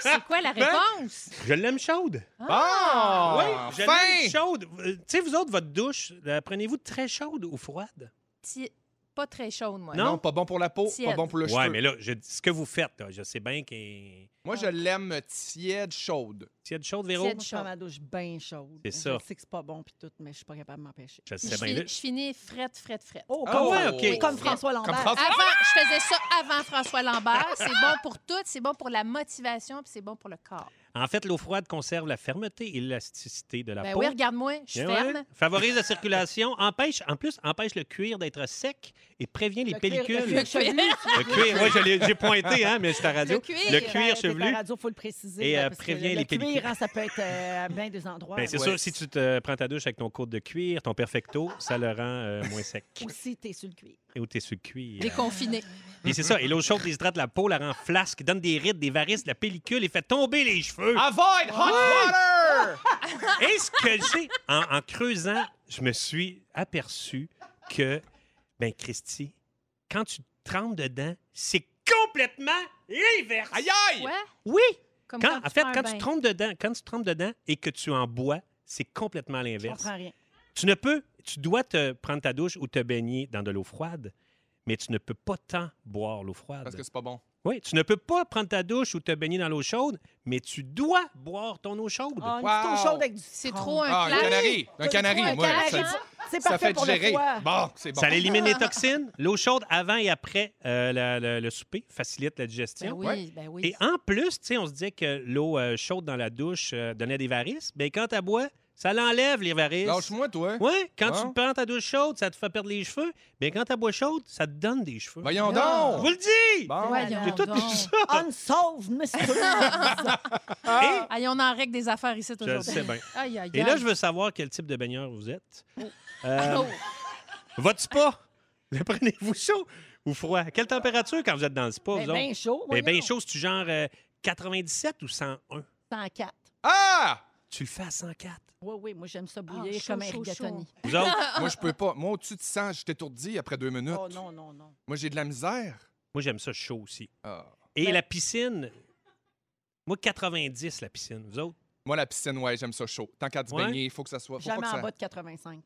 Speaker 3: C'est quoi
Speaker 2: Ben,
Speaker 3: la réponse?
Speaker 2: Je l'aime chaude.
Speaker 4: Bon!
Speaker 2: oui, je
Speaker 4: Ah, enfin!
Speaker 2: l'aime chaude. Euh, Tu sais, vous autres, votre douche, la prenez-vous très chaude ou froide?
Speaker 3: Ti- Pas très chaude, moi.
Speaker 2: Non?
Speaker 4: Non, pas bon pour la peau, pas
Speaker 3: Tiède.
Speaker 4: bon pour le
Speaker 2: Oui,
Speaker 4: cheveu.
Speaker 2: mais là, je- ce que vous faites, là, je sais bien qu'il
Speaker 4: Moi, je l'aime tiède, chaude.
Speaker 2: y a de chaude, Véro.
Speaker 3: Tiède.
Speaker 7: Moi, je prends ma douche bien chaude.
Speaker 2: C'est
Speaker 7: Je
Speaker 2: ça.
Speaker 7: sais que c'est pas bon puis tout, mais je suis pas capable de m'empêcher.
Speaker 2: Je
Speaker 3: Je,
Speaker 2: sais bien.
Speaker 3: finis-
Speaker 2: Là,
Speaker 3: je finis frette, frette, frette.
Speaker 7: Oh,
Speaker 4: Ah
Speaker 7: comme,
Speaker 4: ouais,
Speaker 7: Fran-
Speaker 4: ok.
Speaker 7: oui, comme François
Speaker 4: Comme
Speaker 7: Lambert.
Speaker 2: Ah,
Speaker 4: François-
Speaker 3: Avant, je faisais ça avant François Lambert. C'est bon pour tout, c'est bon pour la motivation, puis c'est bon pour le corps.
Speaker 2: En fait, l'eau froide conserve la fermeté et l'élasticité de la
Speaker 3: Ben
Speaker 2: peau.
Speaker 3: oui, regarde-moi, je
Speaker 2: Bien,
Speaker 3: ferme.
Speaker 2: ouais. Favorise la circulation, empêche, en plus, empêche le cuir d'être sec et prévient les
Speaker 7: Le cuir- le
Speaker 2: pellicules.
Speaker 3: *laughs*
Speaker 7: cuir chevelu,
Speaker 2: Le cuir, oui, je l'ai- j'ai pointé, hein, mais c'est à radio.
Speaker 3: Le cuir.
Speaker 2: Le cuir
Speaker 7: C'est à
Speaker 2: chevelu.
Speaker 7: euh, la radio, faut le préciser.
Speaker 2: Et,
Speaker 7: là,
Speaker 2: euh,
Speaker 7: parce que
Speaker 2: prévient
Speaker 7: le
Speaker 2: les pellicules.
Speaker 7: cuir, hein, ça peut être euh, à bien des endroits.
Speaker 2: Ben, c'est
Speaker 4: Ouais.
Speaker 2: sûr, si tu te prends ta douche avec ton cours de cuir, ton perfecto, ça le rend euh, moins sec.
Speaker 7: Aussi, t'es sur le cuir.
Speaker 2: Et où t'es sur le cuir.
Speaker 3: Déconfiné.
Speaker 2: Et c'est ça. Et l'eau chaude déshydrate la peau, la rend flasque, donne des rides, des varices, de la pellicule et fait tomber les cheveux.
Speaker 4: Avoid hot water!
Speaker 2: Est-ce que j'ai. En, en creusant, je me suis aperçu que, ben, Christy, quand tu te trempes dedans, c'est complètement l'inverse.
Speaker 4: Aïe aïe!
Speaker 3: Ouais?
Speaker 2: Oui!
Speaker 3: Comme
Speaker 2: Quand, en
Speaker 3: tu
Speaker 2: fait,
Speaker 3: prends un
Speaker 2: quand tu,
Speaker 3: bain.
Speaker 2: te trompes dedans, quand tu te trompes dedans et que tu en bois, c'est complètement
Speaker 7: Je
Speaker 2: l'inverse.
Speaker 7: comprends rien.
Speaker 2: Tu ne peux, tu dois te prendre ta douche ou te baigner dans de l'eau froide, mais tu ne peux pas tant boire l'eau froide.
Speaker 4: Parce que c'est pas bon.
Speaker 2: Oui, tu ne peux pas prendre ta douche ou te baigner dans l'eau chaude, mais tu dois boire ton eau chaude.
Speaker 7: Ah, une
Speaker 4: Wow.
Speaker 7: petite eau chaude avec du
Speaker 3: C'est
Speaker 7: citron.
Speaker 3: trop
Speaker 4: Ah, un
Speaker 3: un clash.
Speaker 4: canari! Un canari,
Speaker 3: un hein?
Speaker 4: moi.
Speaker 3: canari.
Speaker 4: ça-
Speaker 7: C'est
Speaker 4: Ça
Speaker 7: parfait
Speaker 4: fait
Speaker 7: pour le
Speaker 4: digérer.
Speaker 7: foie.
Speaker 4: Bon, c'est bon.
Speaker 2: Ça élimine les toxines. L'eau chaude avant et après euh, la- la- le souper facilite la digestion.
Speaker 3: Ben oui, ben oui.
Speaker 2: hein? Et en plus, tu sais, on se disait que l'eau euh, chaude dans la douche euh, donnait des varices. Bien, quand tu bois, ça l'enlève, les varices.
Speaker 4: Lâche-moi, toi.
Speaker 2: Oui, quand
Speaker 4: Bon.
Speaker 2: tu prends ta douche chaude, ça te fait perdre les cheveux. Mais quand ta bois chaude, ça te donne des cheveux.
Speaker 4: Voyons
Speaker 2: Je
Speaker 3: Ah.
Speaker 4: donc!
Speaker 2: vous le dis!
Speaker 4: Bon.
Speaker 3: Voyons
Speaker 2: J'ai tout
Speaker 3: donc.
Speaker 2: dit ça.
Speaker 7: Unsolved, *laughs* Mr.
Speaker 2: Et-
Speaker 3: Aïe, on en règle des affaires ici
Speaker 2: Je le
Speaker 3: aujourd'hui.
Speaker 2: sais bien.
Speaker 3: Aïe, aïe,
Speaker 2: Et là,
Speaker 3: aïe.
Speaker 2: je veux savoir quel type de baigneur vous
Speaker 3: *laughs*
Speaker 2: êtes. Euh,
Speaker 3: Oh.
Speaker 2: votre spa, le *laughs* prenez-vous chaud ou froid? Quelle température quand vous êtes dans le spa,
Speaker 7: Mais
Speaker 2: vous
Speaker 3: Ben,
Speaker 2: autres?
Speaker 7: bien chaud.
Speaker 2: Mais
Speaker 7: voyons.
Speaker 2: bien chaud, c'est-tu ben, genre euh, 97 ou 101?
Speaker 7: 104.
Speaker 4: Ah!
Speaker 2: Tu le fais à 104.
Speaker 7: Oui, oui, moi, j'aime ça bouillir
Speaker 3: chaud,
Speaker 7: comme un
Speaker 3: chaud,
Speaker 7: rigatoni.
Speaker 2: Vous
Speaker 7: *laughs*
Speaker 2: autres?
Speaker 4: Moi, je peux pas. Moi, au-dessus de 100, je t'étourdis après deux minutes.
Speaker 7: Oh non, non, non.
Speaker 4: Moi, j'ai de la misère.
Speaker 2: Moi, j'aime ça chaud aussi.
Speaker 4: Ah.
Speaker 2: Et
Speaker 7: Ben.
Speaker 2: la piscine? Moi, 90, la piscine. Vous autres?
Speaker 4: Moi, la piscine, ouais, j'aime ça chaud. Tant qu'à te
Speaker 2: Ouais.
Speaker 4: baigner, il faut que ça soit. Faut pas
Speaker 7: Jamais
Speaker 4: que ça...
Speaker 7: en bas de 85.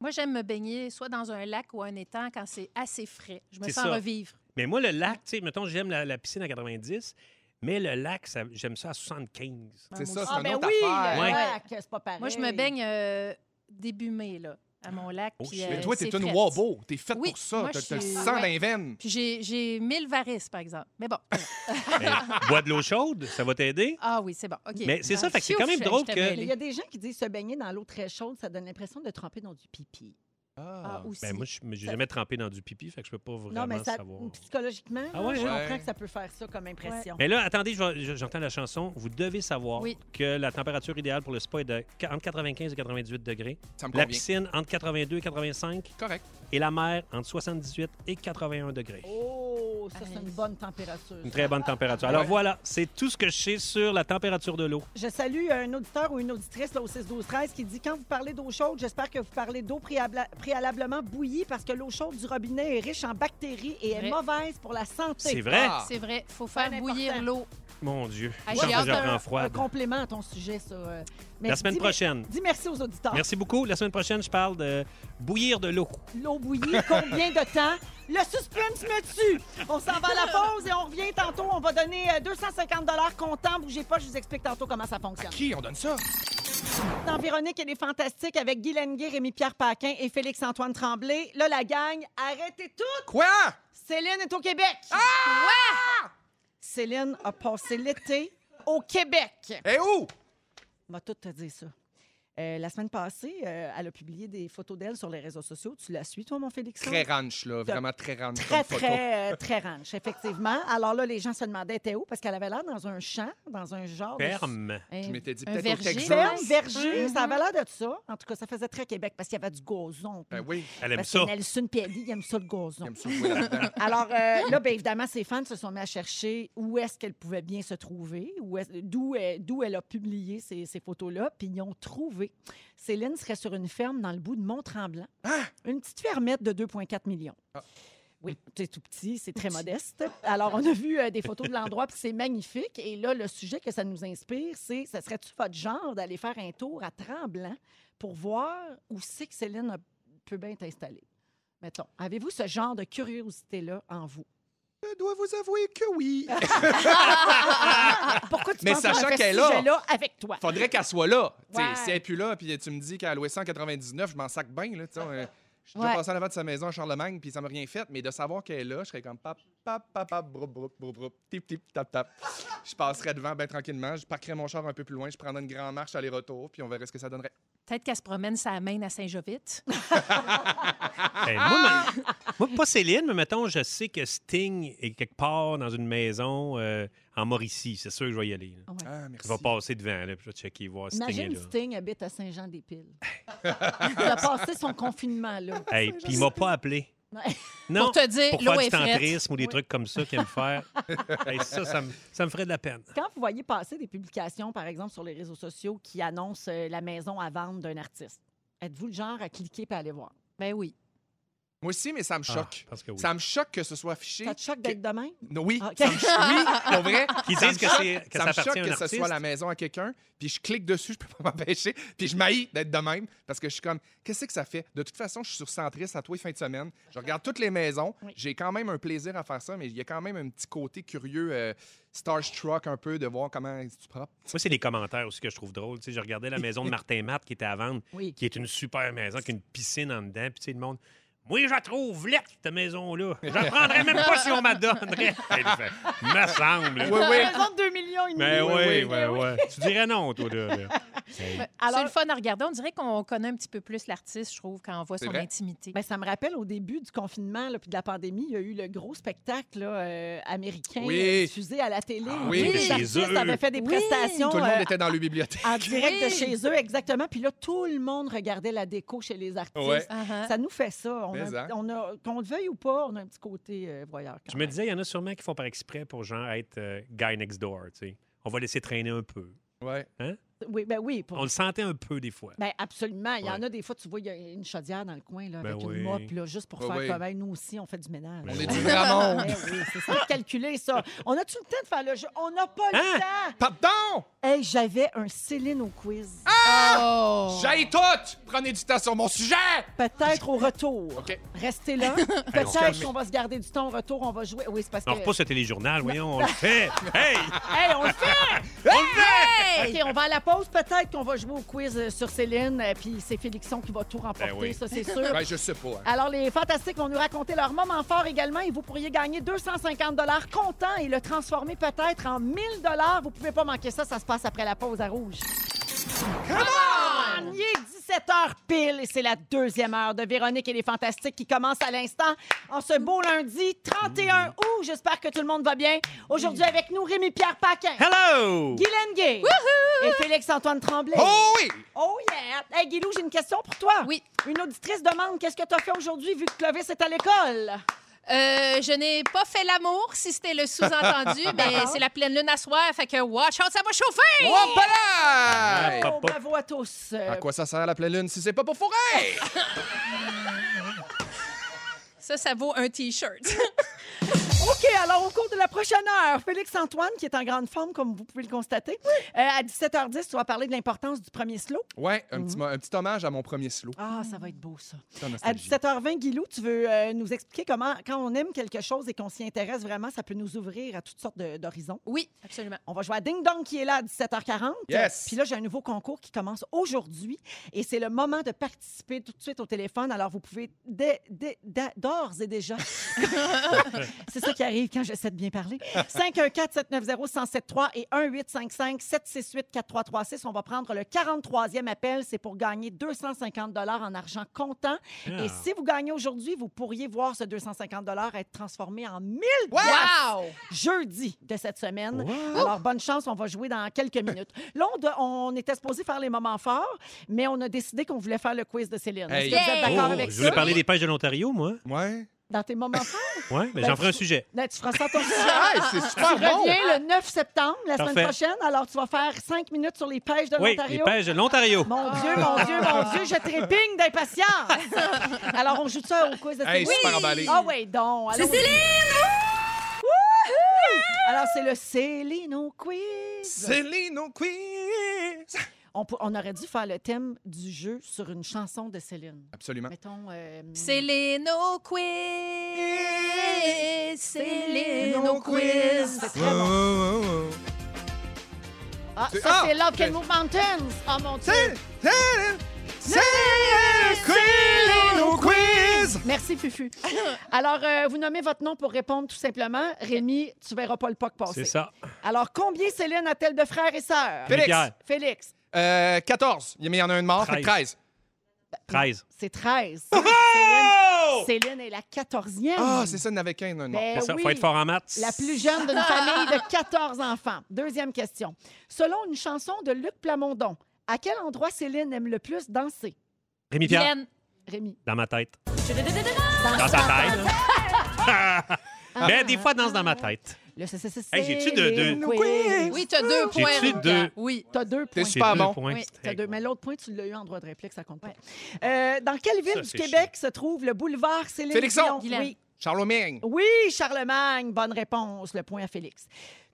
Speaker 3: Moi, j'aime me baigner soit dans un lac ou un étang quand c'est assez frais. Je me
Speaker 2: C'est
Speaker 3: sens
Speaker 2: ça.
Speaker 3: revivre.
Speaker 2: Mais moi, le lac, tu sais, mettons, j'aime la, la piscine à 90, mais le lac, ça- j'aime ça
Speaker 7: *laughs*
Speaker 2: à 75.
Speaker 4: C'est
Speaker 3: Ah,
Speaker 4: ça, c'est
Speaker 7: Ah,
Speaker 4: une
Speaker 7: ben
Speaker 4: autre
Speaker 7: oui,
Speaker 4: affaire.
Speaker 7: le
Speaker 2: Ouais.
Speaker 7: lac, c'est pas
Speaker 4: Ah
Speaker 7: pareil.
Speaker 3: Moi, je me baigne euh, début mai, là, à mon lac.
Speaker 2: Oh,
Speaker 3: puis,
Speaker 2: shit.
Speaker 3: euh,
Speaker 4: Mais toi, t'es
Speaker 3: c'est
Speaker 4: une
Speaker 3: frais.
Speaker 4: wabo. T'es faite
Speaker 3: Oui,
Speaker 4: pour ça.
Speaker 3: moi,
Speaker 4: T'as
Speaker 3: je
Speaker 4: t'as le
Speaker 3: suis-
Speaker 4: sang dans
Speaker 3: ouais.
Speaker 4: les veines.
Speaker 3: Puis j'ai- j'ai 1000 varices, par exemple. Mais bon.
Speaker 2: Mais Ben, bois de l'eau chaude, ça va t'aider.
Speaker 3: Ah oui, c'est bon. OK.
Speaker 2: Mais c'est ça, fait que c'est
Speaker 3: Pfiou,
Speaker 2: quand même
Speaker 3: je-
Speaker 2: drôle
Speaker 3: j'étais
Speaker 2: que-
Speaker 7: Mais
Speaker 3: mêlée.
Speaker 7: Il y a des gens qui disent se baigner dans l'eau très chaude, ça donne l'impression de tremper dans du pipi.
Speaker 3: Ah, aussi.
Speaker 2: Ben, moi, je n'ai jamais trempé dans du pipi, fait que je peux pas vraiment
Speaker 7: Non, mais ça,
Speaker 2: savoir.
Speaker 7: psychologiquement,
Speaker 2: Ah ouais,
Speaker 7: je
Speaker 4: hein?
Speaker 7: comprends que ça peut faire ça comme impression.
Speaker 2: Mais là, attendez, je vais- je- j'entends la chanson. Vous devez savoir
Speaker 3: Oui.
Speaker 2: que la température idéale pour le spa est de qu- entre 95 et 98 degrés.
Speaker 4: Ça me
Speaker 2: La
Speaker 4: convient.
Speaker 2: piscine entre 82 et 85.
Speaker 4: Correct.
Speaker 2: Et la mer entre 78 et 81 degrés.
Speaker 7: Oh,
Speaker 1: Oh, ça, c'est une bonne température.
Speaker 2: Une très bonne température. Alors voilà, c'est tout ce que je sais sur la température de l'eau.
Speaker 1: Je salue un auditeur ou une auditrice là, au 6-12-13 qui dit Quand vous parlez d'eau chaude, j'espère que vous parlez d'eau préabla- préalablement bouillie parce que l'eau chaude du robinet est riche en bactéries et est
Speaker 3: Vrai.
Speaker 1: mauvaise pour la santé.
Speaker 2: C'est vrai?
Speaker 4: Ah.
Speaker 3: C'est vrai, faut faire
Speaker 1: Bien
Speaker 3: bouillir
Speaker 1: important.
Speaker 3: l'eau.
Speaker 2: Mon Dieu.
Speaker 3: Ah,
Speaker 2: J'ai
Speaker 3: j'ai
Speaker 2: hâte que
Speaker 3: hâte
Speaker 2: je reprends
Speaker 1: Un
Speaker 2: froide.
Speaker 1: complément à ton sujet, ça. euh, mais
Speaker 2: La semaine
Speaker 1: dis-
Speaker 2: prochaine.
Speaker 1: Dis merci aux auditeurs.
Speaker 2: Merci beaucoup. La semaine prochaine, je parle de bouillir de l'eau.
Speaker 1: L'eau bouillie, combien de temps? Le suspense me tue! On s'en va à la pause et on revient tantôt. On va donner euh, 250 comptant. Bougez pas, je vous explique tantôt comment ça fonctionne.
Speaker 4: Qui on donne ça?
Speaker 1: Dans Véronique, elle est fantastique avec Guy Lenguet, Rémi-Pierre Paquin et Félix-Antoine Tremblay. Là, la gang, arrêtez tout!
Speaker 4: Quoi?
Speaker 1: Céline est au Québec! Ah! Céline a passé l'été au Québec.
Speaker 4: Et Eh, où?
Speaker 1: On va tout te dire ça. Euh, la semaine passée, euh, elle a publié des photos d'elle sur les réseaux sociaux. Tu la suis, toi, mon Félix?
Speaker 4: Très ranch, là. Vraiment très ranch
Speaker 1: Très,
Speaker 4: comme photo.
Speaker 1: très, euh, très ranch, effectivement. Alors là, les gens se demandaient, était où? Parce qu'elle avait l'air dans un champ, dans un genre. de-
Speaker 2: Ferme.
Speaker 1: Un
Speaker 4: Je m'étais dit
Speaker 3: hein, Un
Speaker 4: peut-être au
Speaker 3: verger.
Speaker 4: Texas.
Speaker 1: ferme, verger,
Speaker 4: Mhm.
Speaker 1: ça avait l'air de ça. En tout cas, ça faisait très Québec parce qu'il y avait du gazon.
Speaker 4: Ben
Speaker 1: Puis-
Speaker 4: oui,
Speaker 2: Elle aime
Speaker 1: parce
Speaker 2: ça.
Speaker 1: que Nelson Pelly, il aime ça le gazon.
Speaker 4: j'aime ça jouer là-dedans.
Speaker 1: *laughs* Alors euh, là, bien évidemment, ses fans se sont mis à chercher où est-ce qu'elle pouvait bien se trouver, où est- d'où elle, d'où elle a publié ces, ces photos-là, puis ils ont trouvé. Céline serait sur une ferme dans le bout de Mont-Tremblant. Une petite fermette de 2,4 millions.
Speaker 4: Ah.
Speaker 1: Oui, c'est tout petit, c'est très modeste. Alors, on a vu euh, des photos de l'endroit, puis c'est magnifique. Et là, le sujet que ça nous inspire, c'est ça serait-tu votre genre d'aller faire un tour à Tremblant pour voir où c'est que Céline a- peut bien être installée? Mettons, avez-vous ce genre de curiosité-là en vous?
Speaker 4: Je dois vous avouer que oui. *laughs*
Speaker 1: Pourquoi tu
Speaker 4: Ah, Mais
Speaker 1: penses qu'on a
Speaker 4: sachant
Speaker 1: fait ce
Speaker 4: qu'elle est là.
Speaker 1: sujet-là avec toi?
Speaker 4: Faudrait qu'elle soit là. Tu sais,
Speaker 1: Ouais.
Speaker 4: Si elle est plus là, puis tu me dis qu'elle a loué 199, je m'en sac bien. là, tu sais, euh, Je suis
Speaker 3: Ouais.
Speaker 4: déjà passé en avant de sa maison à Charlemagne, puis ça m'a rien fait. Mais de savoir qu'elle est là, je serais comme pap, pap, pap, pap, broup, broup, broup, broup, tip, tip, tap, tap. Je passerais devant bien tranquillement, je parquerais mon char un peu plus loin, je prendrais une grande marche aller-retour, puis on verrait ce que ça donnerait.
Speaker 3: Peut-être qu'elle se promène sa main à Saint-Jovite.
Speaker 2: Ben, moi, ma- moi, pas Céline, mais mettons, je sais que Sting est quelque part dans une maison euh, en Mauricie. C'est sûr que je vais y aller. là.
Speaker 4: Ah,
Speaker 2: Je
Speaker 4: merci.
Speaker 2: vais passer devant, là, puis je vais checker, voir si Sting est
Speaker 1: Imagine
Speaker 2: là.
Speaker 1: Sting habite à
Speaker 4: *laughs*
Speaker 1: Saint-Jean-des-Piles. Il a passé son confinement là.
Speaker 2: Hey, puis il m'a pas appelé.
Speaker 1: Ouais.
Speaker 2: Non,
Speaker 3: Pour te dire,
Speaker 2: pour
Speaker 3: l'eau
Speaker 2: faire du
Speaker 3: est frette.
Speaker 2: tantrisme ou des trucs comme ça qu'il aime
Speaker 4: *laughs*
Speaker 2: faire. Hey, ça, ça me, ça me ferait de la peine.
Speaker 1: Quand vous voyez passer des publications, par exemple, sur les réseaux sociaux qui annoncent euh, la maison à vendre d'un artiste, êtes-vous le genre à cliquer et aller voir?
Speaker 3: Ben oui.
Speaker 4: Moi aussi, mais ça me
Speaker 2: Ah,
Speaker 4: choque.
Speaker 2: parce que oui.
Speaker 4: Ça me choque que ce soit affiché.
Speaker 1: Ça te Ah, choque d'être demain?
Speaker 4: Non, oui,
Speaker 1: Ok.
Speaker 4: ça
Speaker 2: *laughs*
Speaker 4: me choque. Oui, pour vrai.
Speaker 2: Qu'ils
Speaker 4: Ça me
Speaker 2: disent que
Speaker 4: choque-
Speaker 2: c'est- que ça
Speaker 4: me
Speaker 2: appartient
Speaker 4: choque
Speaker 2: à un
Speaker 4: que ce
Speaker 2: artiste.
Speaker 4: soit la maison à quelqu'un, puis je clique dessus, *laughs* je peux pas m'empêcher, puis je m'haïs d'être de même parce que je suis comme, qu'est-ce que ça fait? De toute façon, je suis sur Centris à toi fin de semaine. Je regarde toutes les maisons.
Speaker 1: Oui.
Speaker 4: J'ai quand même un plaisir à faire ça, mais il y a quand même un petit côté curieux, euh, starstruck un peu, de voir comment c'est propre.
Speaker 2: Moi, c'est les commentaires aussi que je trouve drôle. Tu sais, je regardais la
Speaker 4: *laughs*
Speaker 2: maison de Martin Matt qui était à vendre,
Speaker 1: Oui.
Speaker 2: qui est une super maison, qui a une piscine en dedans. Puis, tu sais, le monde, moi, je la trouve lettre, cette maison-là. Je la prendrais même pas si on
Speaker 4: *laughs*
Speaker 2: m'adonnerait. Elle fait, me semble.
Speaker 4: Oui, oui.
Speaker 1: Maison de 2 millions et demi.
Speaker 2: Ben oui,
Speaker 4: oui,
Speaker 2: ben oui. Tu dirais non, toi, là. là. Hey.
Speaker 3: C'est
Speaker 1: Alors-
Speaker 3: le fun à regarder. On dirait qu'on connaît un petit peu plus l'artiste, je trouve, quand on voit
Speaker 4: C'est
Speaker 3: son
Speaker 4: vrai.
Speaker 3: intimité.
Speaker 1: Ben, ça me rappelle au début du confinement là, puis de la pandémie, il y a eu le gros spectacle là, euh, américain
Speaker 4: Oui.
Speaker 1: euh, diffusé à la télé.
Speaker 2: Ah
Speaker 1: où
Speaker 4: oui,
Speaker 1: les
Speaker 4: chez
Speaker 1: artistes
Speaker 2: eux.
Speaker 1: avaient fait des
Speaker 3: Oui.
Speaker 1: prestations
Speaker 4: Tout le monde
Speaker 1: euh,
Speaker 4: était dans le bibliothèque.
Speaker 1: en direct de
Speaker 3: Oui.
Speaker 1: chez eux, exactement. Puis là, tout le monde regardait la déco chez les artistes.
Speaker 4: Ouais.
Speaker 3: Ah, ah.
Speaker 1: Ça nous fait ça. On
Speaker 4: Mais
Speaker 1: a,
Speaker 4: hein.
Speaker 1: on a- qu'on le veuille ou pas, on a un petit côté euh, voyeur. quand
Speaker 2: Je me
Speaker 1: même.
Speaker 2: disais, il y en a sûrement qui font par exprès pour, genre, être euh, guy next door, tu sais. On va laisser traîner un peu.
Speaker 4: Ouais.
Speaker 1: Oui, ben oui. Pour...
Speaker 2: On le sentait un peu, des fois.
Speaker 1: Ben absolument. Il y en
Speaker 2: Ouais.
Speaker 1: a des fois, tu vois, il y a une chaudière dans le coin là,
Speaker 2: Ben
Speaker 1: avec
Speaker 2: oui.
Speaker 1: une mop, là, juste pour
Speaker 4: Oui,
Speaker 1: faire
Speaker 4: Ben oui.
Speaker 1: comme hey, nous aussi, on fait du ménage.
Speaker 2: Ben
Speaker 4: On
Speaker 2: oui.
Speaker 4: est du Ramon.
Speaker 1: Ben oui, c'est ça, calculer ça. On a-tu le temps de faire le jeu? On n'a pas
Speaker 2: Hein?
Speaker 1: le temps!
Speaker 4: Pardon!
Speaker 1: Hey, j'avais un Céline au quiz.
Speaker 3: Oh!
Speaker 4: J'haïs tout! Prenez du temps sur mon sujet!
Speaker 1: Peut-être au retour.
Speaker 4: OK.
Speaker 1: Restez là.
Speaker 2: on se calme.
Speaker 1: Peut-être qu'on va se garder du temps au retour. On va jouer. Oui, c'est parce que.
Speaker 2: On repousse le téléjournal, voyons, on le
Speaker 1: *laughs*
Speaker 2: fait. Hey!
Speaker 1: Hey, on le fait!
Speaker 3: Hey!
Speaker 1: OK, on va à la pause. Peut-être qu'on va jouer au quiz euh, sur Céline. euh, Puis c'est Félixon qui va tout remporter,
Speaker 2: Ben oui.
Speaker 1: ça, c'est sûr.
Speaker 4: Ben, je sais pas. hein.
Speaker 1: Alors, les Fantastiques vont nous raconter leur moment fort également et vous pourriez gagner 250 comptant et le transformer peut-être en 1000 Vous pouvez pas manquer ça, ça se passe après la pause à rouge. Come on! Il est 17h pile et c'est la deuxième heure de Véronique et les Fantastiques qui commence à l'instant en ce beau lundi 31 août. J'espère que tout le monde va bien. Aujourd'hui avec nous, Rémi-Pierre Paquin,
Speaker 2: Hello!
Speaker 1: Guylaine Gay et Félix-Antoine Tremblay.
Speaker 4: Oh oui!
Speaker 1: Oh yeah! Hey, Guilou, j'ai une question pour toi.
Speaker 3: Oui.
Speaker 1: Une auditrice demande qu'est-ce que tu as fait aujourd'hui vu que Clovis est à l'école?
Speaker 3: Euh, je n'ai pas fait l'amour, si c'était le sous-entendu, mais c'est la pleine lune à soir, fait que watch out, ça va chauffer!
Speaker 4: Hop là!
Speaker 1: Bravo, bravo à tous. Euh,
Speaker 4: Ah, À quoi ça sert la pleine lune si c'est pas pour fourrer?
Speaker 3: Ça, ça vaut un T-shirt. *laughs*
Speaker 1: OK, alors au cours de la prochaine heure, Félix-Antoine, qui est en grande forme, comme vous pouvez le constater, euh, à 17h10, tu vas parler de l'importance du premier slow.
Speaker 4: Ouais,
Speaker 1: Mm-hmm.
Speaker 4: un petit, mo- un petit hommage à mon premier slow.
Speaker 1: Ah, ça va être beau, ça.
Speaker 4: C'est en
Speaker 1: À
Speaker 4: nostalgie.
Speaker 1: 17h20, Guilou, tu veux euh, nous expliquer comment, quand on aime quelque chose et qu'on s'y intéresse vraiment, ça peut nous ouvrir à toutes sortes de- d'horizons.
Speaker 3: Oui, absolument.
Speaker 1: On va jouer à Ding Dong qui est là à 17h40.
Speaker 4: Yes.
Speaker 1: Puis là, j'ai un nouveau concours qui commence aujourd'hui et c'est le moment de participer tout de suite au téléphone. Alors, vous pouvez dès- dès- dès- d'ores et déjà. c'est ça qui arrive quand j'essaie de bien parler. 514-790-1073 et 1855-768-4336. On va prendre le 43e appel. C'est pour gagner 250 en argent comptant.
Speaker 2: Ah.
Speaker 1: Et si vous gagnez aujourd'hui, vous pourriez voir ce 250 être transformé en 1000
Speaker 3: Wow!
Speaker 1: jeudi de cette semaine.
Speaker 4: Oh!
Speaker 1: Alors, bonne chance, on va jouer dans quelques
Speaker 4: *laughs*
Speaker 1: minutes. Là, on, do- on était supposé faire les moments forts, mais on a décidé qu'on voulait faire le quiz de Céline. Est-ce
Speaker 4: Hey.
Speaker 1: que vous êtes
Speaker 3: Yay!
Speaker 1: d'accord
Speaker 2: Oh,
Speaker 1: avec
Speaker 2: je
Speaker 1: ça?
Speaker 2: voulais parler des pêches de l'Ontario, moi.
Speaker 4: Ouais.
Speaker 1: Dans tes moments forts?
Speaker 4: *laughs*
Speaker 2: Ouais, mais
Speaker 1: Ben,
Speaker 2: j'en ferai un sujet.
Speaker 1: Là, tu feras ça ton
Speaker 4: Hey, Ah, c'est
Speaker 1: Tu
Speaker 4: super bon!
Speaker 1: reviens le 9 septembre, la semaine
Speaker 2: Parfait.
Speaker 1: prochaine. Alors, tu vas faire cinq minutes sur les pêches de
Speaker 2: Oui, les
Speaker 1: l'Ontario.
Speaker 2: pêches de l'Ontario.
Speaker 1: Mon
Speaker 4: Ah!
Speaker 1: Dieu, mon Dieu, mon Dieu, je trépigne d'impatience.
Speaker 4: *laughs*
Speaker 1: Alors, on joue ça au quiz de
Speaker 4: Hey,
Speaker 1: Céline.
Speaker 4: super emballé.
Speaker 1: Ah oui, donc. allons-y. Alors, c'est le Céline au quiz.
Speaker 4: Céline au quiz!
Speaker 1: On, pour- on aurait dû faire le thème du jeu sur une chanson de Céline.
Speaker 4: Absolument.
Speaker 1: Mettons. euh,
Speaker 3: C'est les no quiz. C'est les no quiz.
Speaker 1: C'est très bon.
Speaker 4: Oh, oh, oh.
Speaker 1: Ah,
Speaker 4: C'est-
Speaker 1: ça,
Speaker 4: ah,
Speaker 1: c'est Love
Speaker 4: c'est-
Speaker 1: Can Move Mountains. Oh mon Dieu.
Speaker 4: C'est Céline- Céline au quiz!
Speaker 1: Merci,
Speaker 4: *laughs*
Speaker 1: Fufu. Alors, euh, vous nommez votre nom pour répondre tout simplement. Rémi, tu verras pas le POC passer.
Speaker 2: C'est ça.
Speaker 1: Alors, combien Céline a-t-elle de frères et sœurs?
Speaker 4: Félix.
Speaker 2: Pierre,
Speaker 1: Félix,
Speaker 4: Euh, 14. Il y en a un de mort, fait 13.
Speaker 2: 13.
Speaker 1: c'est 13. Céline, Céline est la 14e.
Speaker 4: Oh! Ah, c'est ça, il y en avait qu'un, un de mort.
Speaker 1: Ben
Speaker 2: C'est ça,
Speaker 1: oui.
Speaker 2: faut être fort en maths.
Speaker 1: La plus jeune d'une famille de 14 enfants. Deuxième question. Selon une chanson de Luc Plamondon, à quel endroit Céline aime le plus danser?
Speaker 2: Rémi Pierre,
Speaker 3: Vienne.
Speaker 1: Rémi.
Speaker 2: dans ma tête.
Speaker 1: Danse
Speaker 2: Dans ta tête. hein. *laughs* Mais des fois, danse dans ma tête.
Speaker 1: Le CCC.
Speaker 2: Hey, j'ai-tu de- de-
Speaker 1: Oui,
Speaker 3: Oui, t'as deux
Speaker 2: J'ai-tu
Speaker 3: points. Rémi Pierre.
Speaker 2: deux?
Speaker 3: Oui.
Speaker 1: t'as deux
Speaker 4: T'es
Speaker 1: points.
Speaker 2: C'est
Speaker 4: Super
Speaker 2: deux
Speaker 4: bon.
Speaker 2: points,
Speaker 3: Oui,
Speaker 2: c'est
Speaker 1: T'as
Speaker 2: très
Speaker 1: deux,
Speaker 2: bon.
Speaker 1: mais l'autre point, tu l'as eu en droit de réplique, ça compte pas. Euh, dans quelle ville
Speaker 2: Ça,
Speaker 1: du
Speaker 2: c'est
Speaker 1: Québec se trouve le boulevard Céline
Speaker 4: Félixon.
Speaker 1: Dion?
Speaker 3: Guylaine.
Speaker 1: Oui.
Speaker 4: Charlemagne,
Speaker 1: Oui, Charlemagne, bonne réponse. Le point à Félix.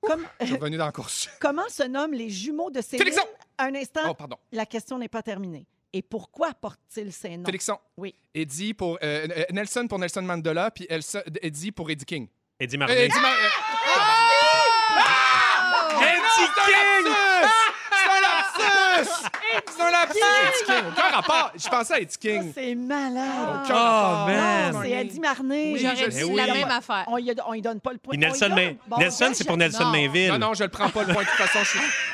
Speaker 1: Comme-
Speaker 4: je suis revenu dans la course.
Speaker 1: *laughs* comment se nomment les jumeaux de Céline?
Speaker 4: Félixon!
Speaker 1: Un instant,
Speaker 4: Oh, pardon.
Speaker 1: la question n'est pas terminée. Et pourquoi portent-ils ces noms?
Speaker 4: Félixon.
Speaker 1: Oui.
Speaker 4: Eddie pour. euh, euh, Nelson pour Nelson Mandela, puis Elsa- Eddie pour Eddie King.
Speaker 2: Eddie
Speaker 4: Euh,
Speaker 2: Marley.
Speaker 4: Eddie Ma- euh,
Speaker 2: Eddie King!
Speaker 4: C'est un lapsus! ah, C'est un lapsus! Eddie King, aucun rapport. Je pensais à Eddie
Speaker 1: Ça,
Speaker 4: King.
Speaker 1: C'est malade.
Speaker 4: Aucun
Speaker 2: Oh,
Speaker 4: rapport.
Speaker 2: man.
Speaker 1: Non, c'est Eddie Marnay.
Speaker 4: Oui,
Speaker 3: J'aurais
Speaker 4: je-
Speaker 3: dit
Speaker 4: eh
Speaker 3: la
Speaker 4: oui.
Speaker 3: même affaire.
Speaker 1: On ne lui donne pas le point.
Speaker 2: Puis
Speaker 1: On
Speaker 2: Nelson,
Speaker 1: y donne.
Speaker 2: Main-
Speaker 1: Bon,
Speaker 2: Nelson,
Speaker 1: ben,
Speaker 2: c'est pour
Speaker 1: je-
Speaker 2: Nelson
Speaker 3: non.
Speaker 2: Mainville.
Speaker 4: Non, non, je le prends pas le point de toute façon.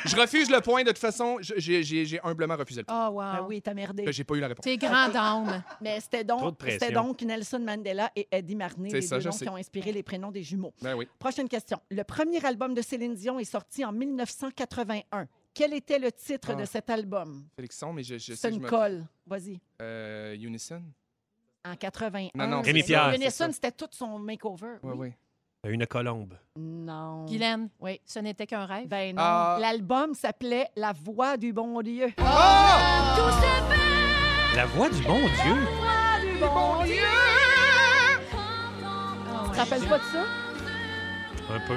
Speaker 4: Je, je refuse le point de toute façon. je- J'ai j'ai- j'ai humblement refusé le point.
Speaker 3: Oh,
Speaker 1: Ben
Speaker 3: wow.
Speaker 1: oui, t'as merdé.
Speaker 4: Ben, J'ai pas eu la réponse.
Speaker 3: T'es grande âme.
Speaker 1: Mais c'était
Speaker 2: Trop de
Speaker 1: donc,
Speaker 2: pression.
Speaker 1: c'était donc Nelson Mandela et Eddie Marnay,
Speaker 4: C'est
Speaker 1: les
Speaker 4: ça,
Speaker 1: deux
Speaker 4: je
Speaker 1: noms
Speaker 4: sais.
Speaker 1: qui ont inspiré les prénoms des jumeaux.
Speaker 4: Ben oui.
Speaker 1: Prochaine question. Le premier album de Céline Dion est sorti en 1981. Quel était le titre
Speaker 4: Ah.
Speaker 1: de cet album?
Speaker 4: Félixon, mais je, je sais
Speaker 1: C'est
Speaker 4: que je
Speaker 1: une
Speaker 4: me.
Speaker 1: colle. Vas-y.
Speaker 4: Euh, Unison?
Speaker 1: En 81.
Speaker 4: Non, non,
Speaker 2: Rémi Pierre,
Speaker 1: Nelson, c'était tout son makeover.
Speaker 4: Oui,
Speaker 1: oui.
Speaker 4: oui.
Speaker 2: Une colombe.
Speaker 1: Non.
Speaker 3: Guylaine,
Speaker 1: Oui.
Speaker 3: ce n'était qu'un rêve.
Speaker 1: Ben non.
Speaker 4: Ah.
Speaker 1: L'album s'appelait La Voix du Bon Dieu.
Speaker 3: Oh!
Speaker 2: La voix du bon Dieu.
Speaker 3: Oh,
Speaker 1: Tu te rappelles pas de ça?
Speaker 2: Un peu.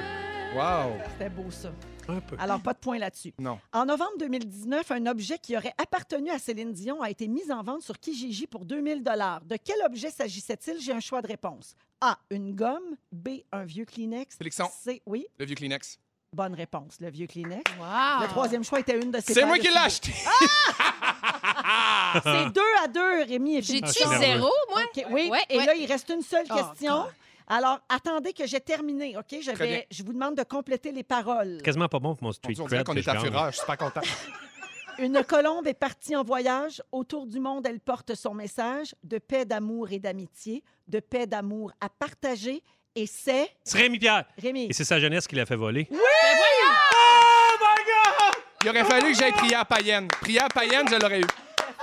Speaker 4: Wow!
Speaker 1: C'était beau, ça.
Speaker 2: Un peu.
Speaker 1: Alors, pas de point là-dessus.
Speaker 4: Non.
Speaker 1: En novembre 2019, un objet qui aurait appartenu à Céline Dion a été mis en vente sur Kijiji pour 2000 De quel objet s'agissait-il? J'ai un choix de réponse. A. Une gomme. B. Un vieux Kleenex.
Speaker 4: Félixon.
Speaker 1: C. Oui.
Speaker 4: Le vieux Kleenex.
Speaker 1: Bonne réponse. Le vieux Kleenex.
Speaker 3: Wow.
Speaker 1: Le troisième choix était une de ses
Speaker 4: C'est
Speaker 1: paires
Speaker 4: moi
Speaker 1: de
Speaker 4: qui l'ai
Speaker 1: souliers.
Speaker 4: acheté! Ah!
Speaker 1: C'est deux à deux, Rémi et
Speaker 3: Ah. J'ai-tu
Speaker 2: Ah, je suis
Speaker 3: zéro, moi?
Speaker 1: OK, oui,
Speaker 3: Ouais,
Speaker 1: et
Speaker 3: ouais.
Speaker 1: là, il reste une seule
Speaker 3: Oh,
Speaker 1: question.
Speaker 3: God.
Speaker 1: Alors, attendez que j'ai terminé, OK? Je,
Speaker 4: Très bien.
Speaker 1: vais, je vous demande de compléter les paroles.
Speaker 2: Quasiment pas bon pour mon
Speaker 4: On
Speaker 2: street
Speaker 4: dirait- on dirait
Speaker 2: cred
Speaker 4: qu'on
Speaker 2: que
Speaker 4: est
Speaker 2: je
Speaker 4: à
Speaker 2: gagne.
Speaker 4: fureur, je suis pas content.
Speaker 1: Une colombe est partie en voyage. Autour du monde, elle porte son message de paix, d'amour et d'amitié, de paix, d'amour à partager. Et c'est
Speaker 2: C'est Rémi Pierre.
Speaker 1: Rémi.
Speaker 2: Et c'est sa jeunesse qui l'a fait voler.
Speaker 4: Il aurait fallu que j'aille prière païenne. Prière païenne, je l'aurais eu.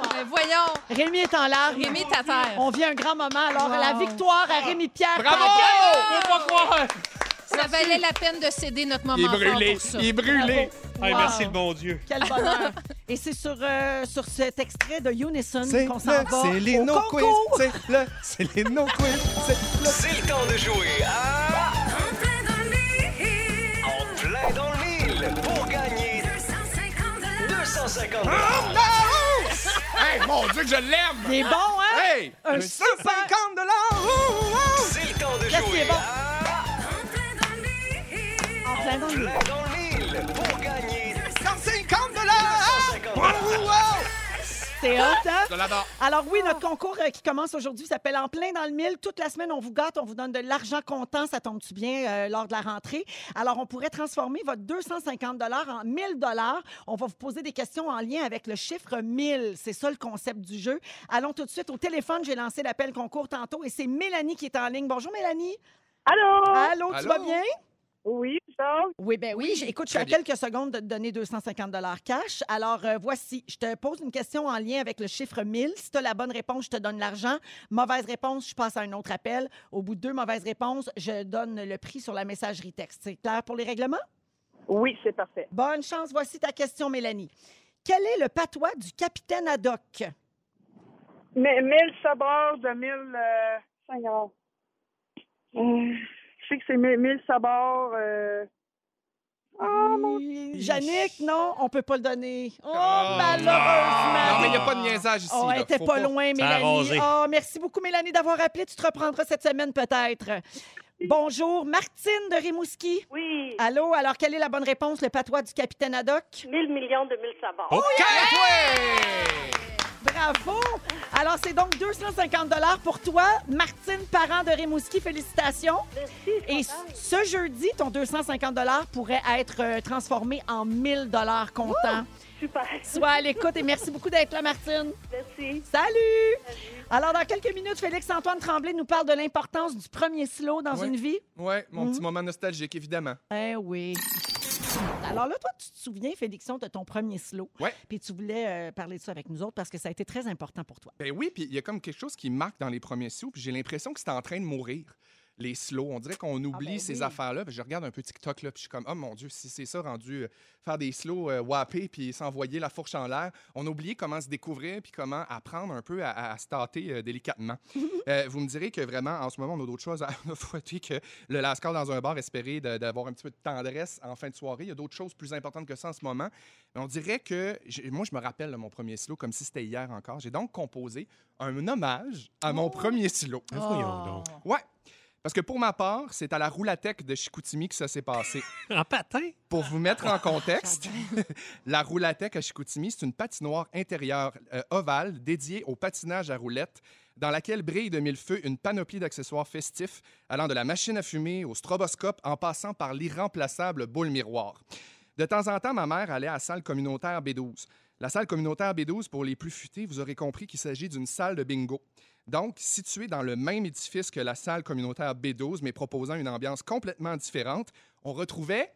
Speaker 3: Ben Ben voyons,
Speaker 1: Rémi est en larmes.
Speaker 3: Rémi est à terre.
Speaker 1: On vit un grand moment. Alors,
Speaker 3: Wow.
Speaker 1: la victoire à Rémi-Pierre
Speaker 4: Bravo!
Speaker 1: Paquin.
Speaker 4: Je peux pas croire!
Speaker 3: Ça valait la peine de céder notre moment
Speaker 4: Il est
Speaker 3: fort
Speaker 4: brûlé.
Speaker 3: pour ça.
Speaker 4: Il est brûlé.
Speaker 2: Hey,
Speaker 1: Wow.
Speaker 2: Merci le bon Dieu.
Speaker 1: Quel bonheur. Et c'est sur, euh, sur cet extrait de Unison
Speaker 4: C'est
Speaker 1: qu'on s'en va
Speaker 4: le c'est les
Speaker 1: au
Speaker 4: no quiz.
Speaker 1: concours.
Speaker 4: C'est le c'est les no quiz. C'est le
Speaker 6: C'est le temps de jouer à... En plein dans le mille pour gagner 250
Speaker 4: Hey, mon Dieu, que je l'aime!
Speaker 1: Il est bon, hein?
Speaker 4: Hey!
Speaker 1: Un
Speaker 4: le 150 dollars! oh, Ouh, ouh.
Speaker 6: C'est le temps de
Speaker 1: Là, c'est
Speaker 6: jouer
Speaker 1: bon.
Speaker 6: à...
Speaker 1: En plein dans le-
Speaker 6: Plein dans le mille pour gagner
Speaker 4: 150 dollars! Oh,
Speaker 6: 250
Speaker 4: Ouh, ouh.
Speaker 1: C'est hot, hein?
Speaker 4: Je l'adore.
Speaker 1: Alors oui, notre concours euh, qui commence aujourd'hui s'appelle En plein dans le mille. Toute la semaine, on vous gâte, on vous donne de l'argent comptant. Ça tombe-tu bien euh, lors de la rentrée? Alors, on pourrait transformer votre 250 en 1000 On va vous poser des questions en lien avec le chiffre 1000. C'est ça le concept du jeu. Allons tout de suite au téléphone. J'ai lancé l'appel concours tantôt et c'est Mélanie qui est en ligne. Bonjour, Mélanie.
Speaker 8: Allô?
Speaker 1: Allô, tu
Speaker 4: Allô?
Speaker 1: vas bien?
Speaker 8: Oui, Charles?
Speaker 1: Oui, ben oui.
Speaker 3: Oui.
Speaker 1: j'ai- Écoute, je suis à
Speaker 4: Très bien.
Speaker 1: quelques secondes de te donner 250 cash. Alors, euh, voici, je te pose une question en lien avec le chiffre 1000. Si tu as la bonne réponse, je te donne l'argent. Mauvaise réponse, je passe à un autre appel. Au bout de deux mauvaises réponses, je donne le prix sur la messagerie texte. C'est clair pour les règlements?
Speaker 8: Oui, c'est parfait.
Speaker 1: Bonne chance. Voici ta question, Mélanie. Quel est le patois du capitaine Haddock?
Speaker 8: Mais 1000 sabords de 1000... Euh, Seigneur. Hum, je sais que c'est 1000 1000 sabords... Euh... Ah, mon...
Speaker 1: Hum, Yannick, non, on peut pas le donner. Oh,
Speaker 4: Ah.
Speaker 1: malheureusement!
Speaker 4: Non, mais il n'y a pas de niaisage ici.
Speaker 1: Ah. Oh,
Speaker 4: là.
Speaker 1: elle était
Speaker 4: Faut
Speaker 1: pas loin,
Speaker 2: Ça a
Speaker 1: Mélanie.
Speaker 2: rasé.
Speaker 1: Oh, merci beaucoup, Mélanie, d'avoir appelé. Tu te reprendras cette semaine, peut-être. Bonjour, Martine de Rimouski.
Speaker 9: Oui,
Speaker 1: Allô, alors quelle est la bonne réponse, le patois du capitaine Haddock?
Speaker 9: 1000 millions de mille sabords.
Speaker 4: OK,
Speaker 1: Bravo! Alors, c'est donc 250 pour toi. Martine, parent de Rimouski, félicitations.
Speaker 9: Merci, je
Speaker 1: Et
Speaker 9: suis contente.
Speaker 1: ce jeudi, ton 250 pourrait être euh, transformé en 1000 comptant.
Speaker 9: Super.
Speaker 1: *laughs* Sois à l'écoute et merci beaucoup d'être là, Martine.
Speaker 9: Merci.
Speaker 1: Salut! Alors, dans quelques minutes, Félix-Antoine Tremblay nous parle de l'importance du premier slow dans
Speaker 4: Ouais.
Speaker 1: une vie.
Speaker 4: Ouais, mon
Speaker 1: Mhm.
Speaker 4: petit moment nostalgique, évidemment.
Speaker 1: Eh oui. Alors là, toi, tu te souviens, Félixon, de ton premier slow.
Speaker 4: Ouais.
Speaker 1: Puis tu voulais euh, parler de ça avec nous autres parce que ça a été très important pour toi.
Speaker 4: Ben oui, puis il y a comme quelque chose qui marque dans les premiers sauts, puis j'ai l'impression que c'est en train de mourir. Les slow, on dirait qu'on oublie
Speaker 1: ben
Speaker 4: ces
Speaker 1: oui.
Speaker 4: affaires-là. Puis je regarde un peu TikTok, là, puis je suis comme, oh mon Dieu, si c'est ça rendu euh, faire des slow euh, wapper puis s'envoyer la fourche en l'air, on oublie comment se découvrir puis comment apprendre un peu à, à- à se tâter euh, délicatement. Euh, vous me direz que vraiment, en ce moment, on a d'autres choses à *laughs* fouetter que le lascar dans un bar, espérer de- d'avoir un petit peu de tendresse en fin de soirée. Il y a d'autres choses plus importantes que ça en ce moment. Mais on dirait que, j'ai- moi, je me rappelle de mon premier slow comme si c'était hier encore. J'ai donc composé un hommage à mon premier slow.
Speaker 2: Ben, Voyons donc.
Speaker 4: Ouais. Parce que pour ma part, c'est à la Roulatec de Chicoutimi que ça s'est passé.
Speaker 2: En patin?
Speaker 4: Pour vous mettre en contexte, *laughs* la Roulatec à Chicoutimi, c'est une patinoire intérieure euh, ovale dédiée au patinage à roulettes dans laquelle brille de mille feux une panoplie d'accessoires festifs allant de la machine à fumer au stroboscope en passant par l'irremplaçable boule miroir. De temps en temps, ma mère allait à la salle communautaire B12. La salle communautaire B12, pour les plus futés, vous aurez compris qu'il s'agit d'une salle de bingo. Donc, située dans le même édifice que la salle communautaire B12, mais proposant une ambiance complètement différente, on retrouvait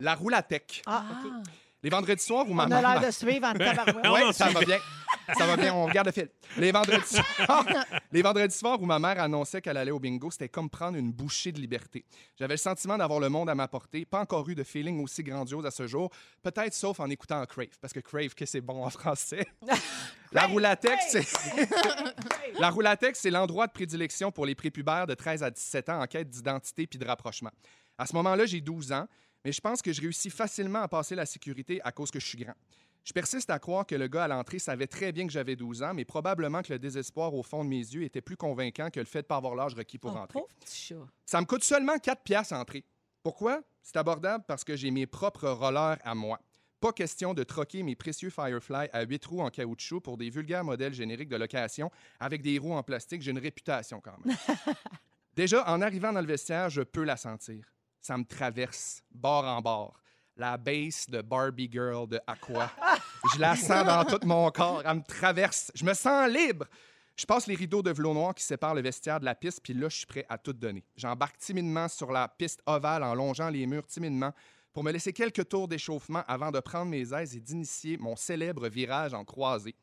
Speaker 4: la roulatec.
Speaker 1: Ah, OK.
Speaker 4: Les vendredis soirs, vous
Speaker 1: On
Speaker 4: maman.
Speaker 1: a l'air de suivre en tabarouette.
Speaker 2: Ah, on
Speaker 4: Ouais,
Speaker 2: en
Speaker 4: *laughs* ça va bien. Ça va bien, on regarde le fil.
Speaker 1: *laughs*
Speaker 4: Les vendredis soirs, les vendredis soirs où ma mère annonçait qu'elle allait au bingo, c'était comme prendre une bouchée de liberté. J'avais le sentiment d'avoir le monde à ma portée, pas encore eu de feeling aussi grandiose à ce jour, peut-être sauf en écoutant Crave, parce que Crave, que c'est bon en français. La roulatex, c'est... *laughs* La roulatex, c'est l'endroit de prédilection pour les prépubères de 13 à 17 ans en quête d'identité puis de rapprochement. À ce moment-là, j'ai 12 ans, mais je pense que je réussis facilement à passer la sécurité à cause que je suis grand. Je persiste à croire que le gars à l'entrée savait très bien que j'avais 12 ans, mais probablement que le désespoir au fond de mes yeux était plus convaincant que le fait de pas avoir l'âge requis pour
Speaker 1: Oh,
Speaker 4: entrer.
Speaker 1: pauvre petit chat.
Speaker 4: Ça me coûte seulement 4 piastres à entrer. Pourquoi? C'est abordable parce que j'ai mes propres rollers à moi. Pas question de troquer mes précieux Firefly à 8 roues en caoutchouc pour des vulgaires modèles génériques de location avec des roues en plastique. J'ai une réputation quand même. Déjà, en arrivant dans le vestiaire, je peux la sentir. Ça me traverse, bord en bord. La base de Barbie Girl de Aqua. Je la sens dans tout mon corps. Elle me traverse. Je me sens libre. Je passe les rideaux de velours noir qui séparent le vestiaire de la piste, puis là, je suis prêt à tout donner. J'embarque timidement sur la piste ovale en longeant les murs timidement pour me laisser quelques tours d'échauffement avant de prendre mes aises et d'initier mon célèbre virage en croisée.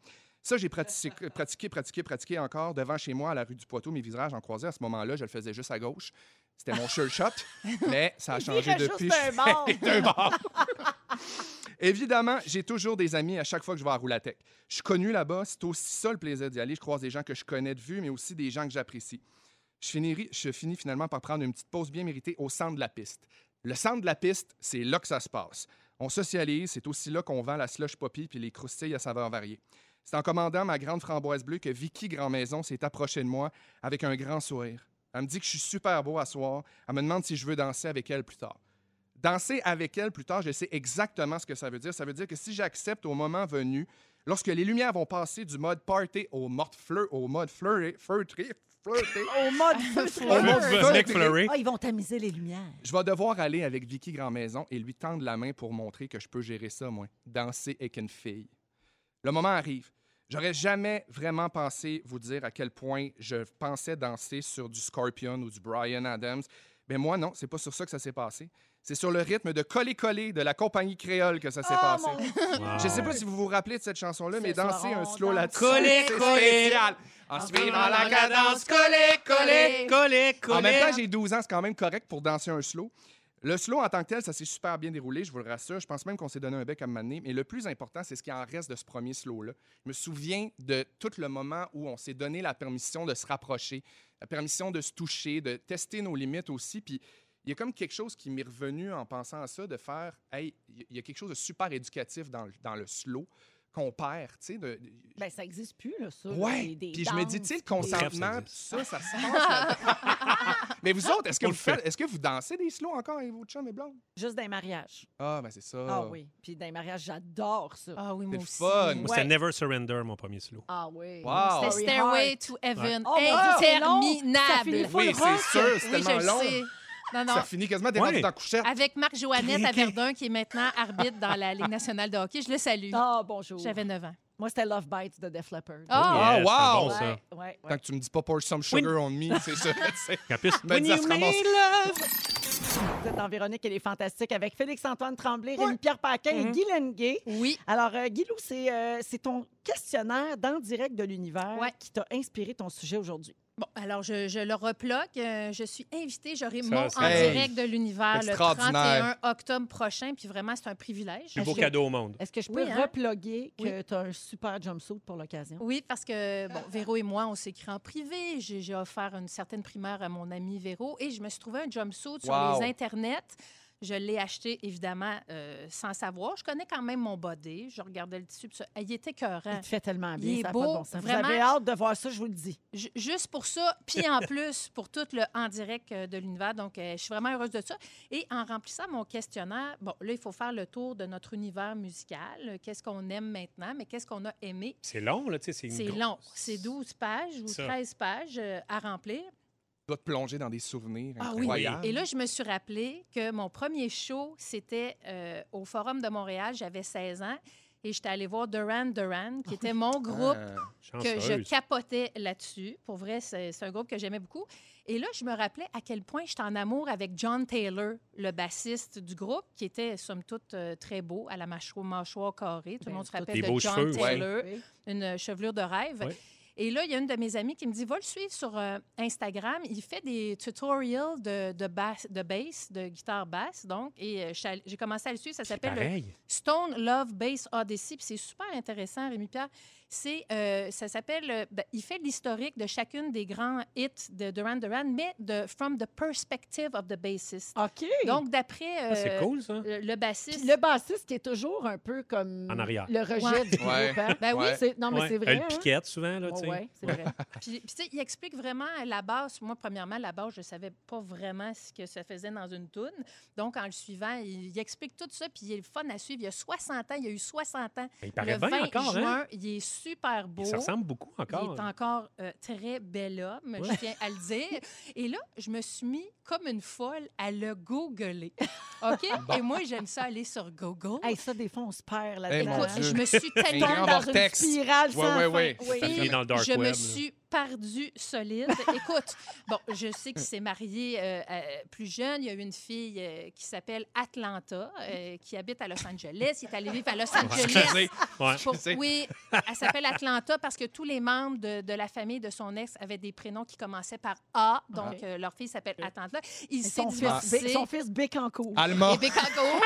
Speaker 4: Ça, j'ai pratiqué, pratiqué, pratiqué, pratiqué encore devant chez moi à la rue du Poitou, mes virages en croisée. À ce moment-là, je le faisais juste à gauche. C'était mon
Speaker 7: *laughs*
Speaker 4: sure shot, mais ça a changé
Speaker 7: virait juste
Speaker 4: depuis. *laughs*
Speaker 7: d'un
Speaker 4: Je
Speaker 7: bord.
Speaker 4: fais d'un bord. Évidemment, j'ai toujours des amis à chaque fois que je vais à Roulatec. Je suis connu là-bas, c'est aussi ça le plaisir d'y aller. Je croise des gens que je connais de vue, mais aussi des gens que j'apprécie. Je finis, je finis finalement par prendre une petite pause bien méritée au centre de la piste. Le centre de la piste, c'est là que ça se passe. On socialise, c'est aussi là qu'on vend la slush poppy puis les croustilles à saveur variée. C'est en commandant ma grande framboise bleue que Vicky Grand-Maison s'est approchée de moi avec un grand sourire. Elle me dit que je suis super beau à soir. Elle me demande si je veux danser avec elle plus tard. Danser avec elle plus tard, je sais exactement ce que ça veut dire. Ça veut dire que si j'accepte au moment venu, lorsque les lumières vont passer du mode party au mode fleur, au mode fleury, flirty, flirty,
Speaker 7: *laughs* Au mode feutré.
Speaker 4: au mode
Speaker 2: Vas-y, Nick
Speaker 4: flirty,
Speaker 2: Fleury.
Speaker 7: Ah, ils vont tamiser les lumières.
Speaker 4: je vais devoir aller avec Vicky Grand-Maison et lui tendre la main pour montrer que je peux gérer ça, moi. Danser avec une fille. Le moment arrive. J'aurais jamais vraiment pensé vous dire à quel point je pensais danser sur du Scorpion ou du Brian Adams. Mais moi, non, c'est pas sur ça que ça s'est passé. C'est sur le rythme de coller-coller de la compagnie créole que ça s'est passé. Je sais pas si vous vous rappelez de cette chanson-là, mais danser un slow là-dessus.
Speaker 2: Coller,
Speaker 4: c'est
Speaker 2: coller.
Speaker 4: spécial. En suivant la cadence, coller, coller,
Speaker 2: collé,
Speaker 4: en même temps, j'ai 12 ans, c'est quand même correct pour danser un slow. Le slow en tant que tel, ça s'est super bien déroulé, je vous le rassure. Je pense même qu'on s'est donné un bec à m'amener. Mais le plus important, c'est ce qui en reste de ce premier slow-là. Je me souviens de tout le moment où on s'est donné la permission de se rapprocher, la permission de se toucher, de tester nos limites aussi. Puis il y a comme quelque chose qui m'est revenu en pensant à ça, de faire, hey, il y a quelque chose de super éducatif dans le, dans le slow qu'on perd, tu sais, de-
Speaker 7: Ben, ça n'existe plus, là, ça. là,
Speaker 4: Ouais.
Speaker 7: des- des
Speaker 4: Puis je me dis,
Speaker 7: danses,
Speaker 4: tu sais, le
Speaker 7: des-
Speaker 2: Bref, ça
Speaker 4: consentement, pis
Speaker 2: existe.
Speaker 4: ça, ça se passe. là-dedans. Mais vous autres, est-ce que
Speaker 2: On
Speaker 4: vous
Speaker 2: le fait.
Speaker 4: faites- est-ce que vous dansez des slows encore avec vos chums et blondes?
Speaker 7: Juste d'un mariage.
Speaker 4: Ah, ben c'est ça.
Speaker 7: Ah oui. Puis d'un mariage, j'adore ça.
Speaker 3: Ah oui, moi
Speaker 4: le
Speaker 3: aussi.
Speaker 4: fun.
Speaker 2: Moi, c'était
Speaker 7: Ouais.
Speaker 2: Never Surrender, mon premier slow.
Speaker 7: Ah oui.
Speaker 4: Wow.
Speaker 3: C'était
Speaker 7: Sorry
Speaker 3: Stairway
Speaker 7: Heart.
Speaker 3: to Heaven.
Speaker 7: Oh, mon Dieu, c'est long. Ça finit
Speaker 3: Interminable.
Speaker 7: full
Speaker 4: Oui,
Speaker 7: rock.
Speaker 4: c'est sûr, c'est
Speaker 3: Oui, je
Speaker 4: tellement
Speaker 3: le
Speaker 4: long.
Speaker 3: sais. Non, non. Ah,
Speaker 4: Ça finit quasiment des
Speaker 2: Ouais.
Speaker 4: dans la couchette.
Speaker 3: Avec Marc *laughs* Joannette à
Speaker 4: Crinqué.
Speaker 3: Verdun, qui est maintenant arbitre dans la Ligue nationale de hockey. Je le salue.
Speaker 7: Ah, bonjour.
Speaker 3: J'avais 9 ans.
Speaker 7: Moi, c'était Love Bites de Def Leppard.
Speaker 3: Ah,
Speaker 4: Ah,
Speaker 2: Yeah,
Speaker 4: wow!
Speaker 2: c'était bon, ça.
Speaker 7: ouais, ouais, ouais.
Speaker 4: Tant que tu me dis pas pour some sugar on me, c'est ça. *laughs*
Speaker 2: En plus,
Speaker 4: Me dis, ça se ramasse.
Speaker 7: Vous êtes dans Véronique, elle est fantastique avec Félix-Antoine Tremblay, Rémi-Pierre Paquin et Guy Lenguet.
Speaker 3: oui.
Speaker 7: Alors, euh, Guilou, c'est euh, c'est ton questionnaire dans Direct de l'Univers
Speaker 3: Ouais.
Speaker 7: qui t'a inspiré ton sujet aujourd'hui.
Speaker 3: Bon, alors je, je le reploque. Euh, je suis invitée. J'aurai
Speaker 2: Ça,
Speaker 3: mon en
Speaker 2: c'est-
Speaker 4: Hey!
Speaker 3: direct de l'univers le
Speaker 4: Extraordinaire.
Speaker 3: 31 octobre prochain. Puis vraiment, c'est un privilège.
Speaker 2: plus beau
Speaker 7: Est-ce que-
Speaker 2: cadeau au monde.
Speaker 7: Est-ce que je
Speaker 3: Oui,
Speaker 7: peux
Speaker 3: hein?
Speaker 7: reploguer que
Speaker 3: Oui.
Speaker 7: tu as un super jumpsuit pour l'occasion?
Speaker 3: *laughs* Oui, parce que, bon, Véro et moi, on s'écrit en privé. J'ai j'ai offert une certaine primaire à mon ami Véro et je me suis trouvé un jumpsuit sur
Speaker 4: Wow.
Speaker 3: les internets. Je l'ai acheté, évidemment, euh, sans savoir. Je connais quand même mon body. Je regardais le tissu. puis ça- euh, Il était
Speaker 7: hein. Il
Speaker 3: écœurant.
Speaker 7: te fait tellement bien,
Speaker 3: Il est
Speaker 7: ça a pas
Speaker 3: beau,
Speaker 7: de bon sens. Vous
Speaker 3: vraiment.
Speaker 7: avez hâte de voir ça, je vous le dis.
Speaker 3: Ju- juste pour ça, puis en plus, pour tout le en direct euh, de l'univers. Donc, euh, je suis vraiment heureuse de ça. Et en remplissant mon questionnaire, bon, là, il faut faire le tour de notre univers musical. Euh, Qu'est-ce qu'on aime maintenant, mais qu'est-ce qu'on a aimé?
Speaker 2: C'est long, là, tu sais. C'est une
Speaker 3: C'est
Speaker 2: grosse-
Speaker 3: long. C'est 12 pages ou
Speaker 2: Ça.
Speaker 3: 13 pages euh, à remplir.
Speaker 4: Tu dois te plonger dans des souvenirs
Speaker 3: Ah oui.
Speaker 4: incroyables.
Speaker 3: Et là, je me suis rappelé que mon premier show, c'était euh, au Forum de Montréal. J'avais 16 ans. Et j'étais allée voir Duran Duran, qui était mon groupe
Speaker 4: Ah.
Speaker 3: que je
Speaker 2: Chanceuse.
Speaker 3: capotais là-dessus. Pour vrai, c'est c'est un groupe que j'aimais beaucoup. Et là, je me rappelais à quel point j'étais en amour avec John Taylor, le bassiste du groupe, qui était, somme toute, euh, très beau, à la mâchoire, mâchoire carrée. Tout le
Speaker 7: Ben,
Speaker 3: monde se
Speaker 7: tout-
Speaker 3: rappelle
Speaker 2: Des
Speaker 3: de
Speaker 2: beaux
Speaker 3: John
Speaker 2: cheveux, ouais.
Speaker 3: Taylor,
Speaker 7: Oui.
Speaker 3: une chevelure de rêve.
Speaker 2: Ouais.
Speaker 3: Et là, il y a une de mes amies qui me dit, va le suivre sur euh, Instagram. Il fait des tutorials de, de, basse, de bass, de guitare basse. Donc, et euh, je suis allée- j'ai commencé à le suivre. Ça s'appelle le
Speaker 2: Pareil.
Speaker 3: Stone Love Bass Odyssey. Puis c'est super intéressant, Rémi Pierre. C'est, euh, ça s'appelle. euh, ben, il fait l'historique de chacune des grands hits de Duran Duran, mais de from the perspective of the bassist.
Speaker 7: OK.
Speaker 3: Donc d'après
Speaker 2: Ah, C'est
Speaker 3: euh,
Speaker 2: cool, ça.
Speaker 3: le, le
Speaker 7: Puis
Speaker 3: bassiste.
Speaker 7: le bassiste qui est toujours un peu comme
Speaker 2: En arrière.
Speaker 7: le rejet
Speaker 3: Ouais.
Speaker 7: du groupe.
Speaker 4: Ouais.
Speaker 7: hein?
Speaker 3: Ben oui.
Speaker 4: Ouais.
Speaker 7: C'est- Non, mais
Speaker 2: Ouais.
Speaker 7: c'est
Speaker 2: Elle
Speaker 7: vrai.
Speaker 2: le
Speaker 7: hein?
Speaker 2: piquette souvent, là, tu
Speaker 7: Ouais,
Speaker 2: sais.
Speaker 7: ouais, c'est vrai.
Speaker 3: Puis, puis, tu sais, il explique vraiment la base. Moi, premièrement, la base, je ne savais pas vraiment ce que ça faisait dans une toune. Donc, en le suivant, il, il explique tout ça. Puis il est le fun à suivre. Il y a 60 ans. Il y a eu 60 ans.
Speaker 2: Il
Speaker 3: Le
Speaker 2: paraît
Speaker 3: 20
Speaker 2: bien encore,
Speaker 3: juin,
Speaker 2: hein?
Speaker 3: il est super beau.
Speaker 2: Ça ressemble beaucoup
Speaker 3: Il
Speaker 2: encore. *laughs*
Speaker 3: est encore euh, très bel homme, je tiens à le dire. Et là, je me suis mis comme une folle à le googler. OK? Et moi, j'aime ça aller sur Google.
Speaker 7: *laughs* Hey, ça, des fois, on se perd
Speaker 4: Eh,
Speaker 7: là-dedans.
Speaker 4: mon
Speaker 3: Écoute,
Speaker 4: Dieu.
Speaker 3: je me suis
Speaker 4: Un
Speaker 3: tellement
Speaker 4: grand
Speaker 7: dans une
Speaker 4: vortex.
Speaker 7: spirale
Speaker 4: Ouais,
Speaker 7: sans
Speaker 4: ouais,
Speaker 7: fin.
Speaker 4: ouais.
Speaker 7: Oui.
Speaker 2: Ça finit dans le dark
Speaker 3: je
Speaker 2: web.
Speaker 3: me
Speaker 2: là.
Speaker 3: suis perdu solide. Écoute, bon, je sais qu'il s'est marié euh, euh, plus jeune. Il y a eu une fille euh, qui s'appelle Atlanta, euh, qui habite à Los Angeles. Il est allé vivre à Los Angeles.
Speaker 2: Excusez. Ouais.
Speaker 3: Pour-
Speaker 4: sais.
Speaker 3: oui, elle s'appelle Atlanta parce que tous les membres de, de la famille de son ex avaient des prénoms qui commençaient par A, donc euh, leur fille s'appelle Atlanta. Il
Speaker 1: Et
Speaker 3: s'est
Speaker 1: Son fils,
Speaker 3: divorcé.
Speaker 1: Bé- son fils Bécancourt.
Speaker 4: Alma.
Speaker 3: Et Bécancourt,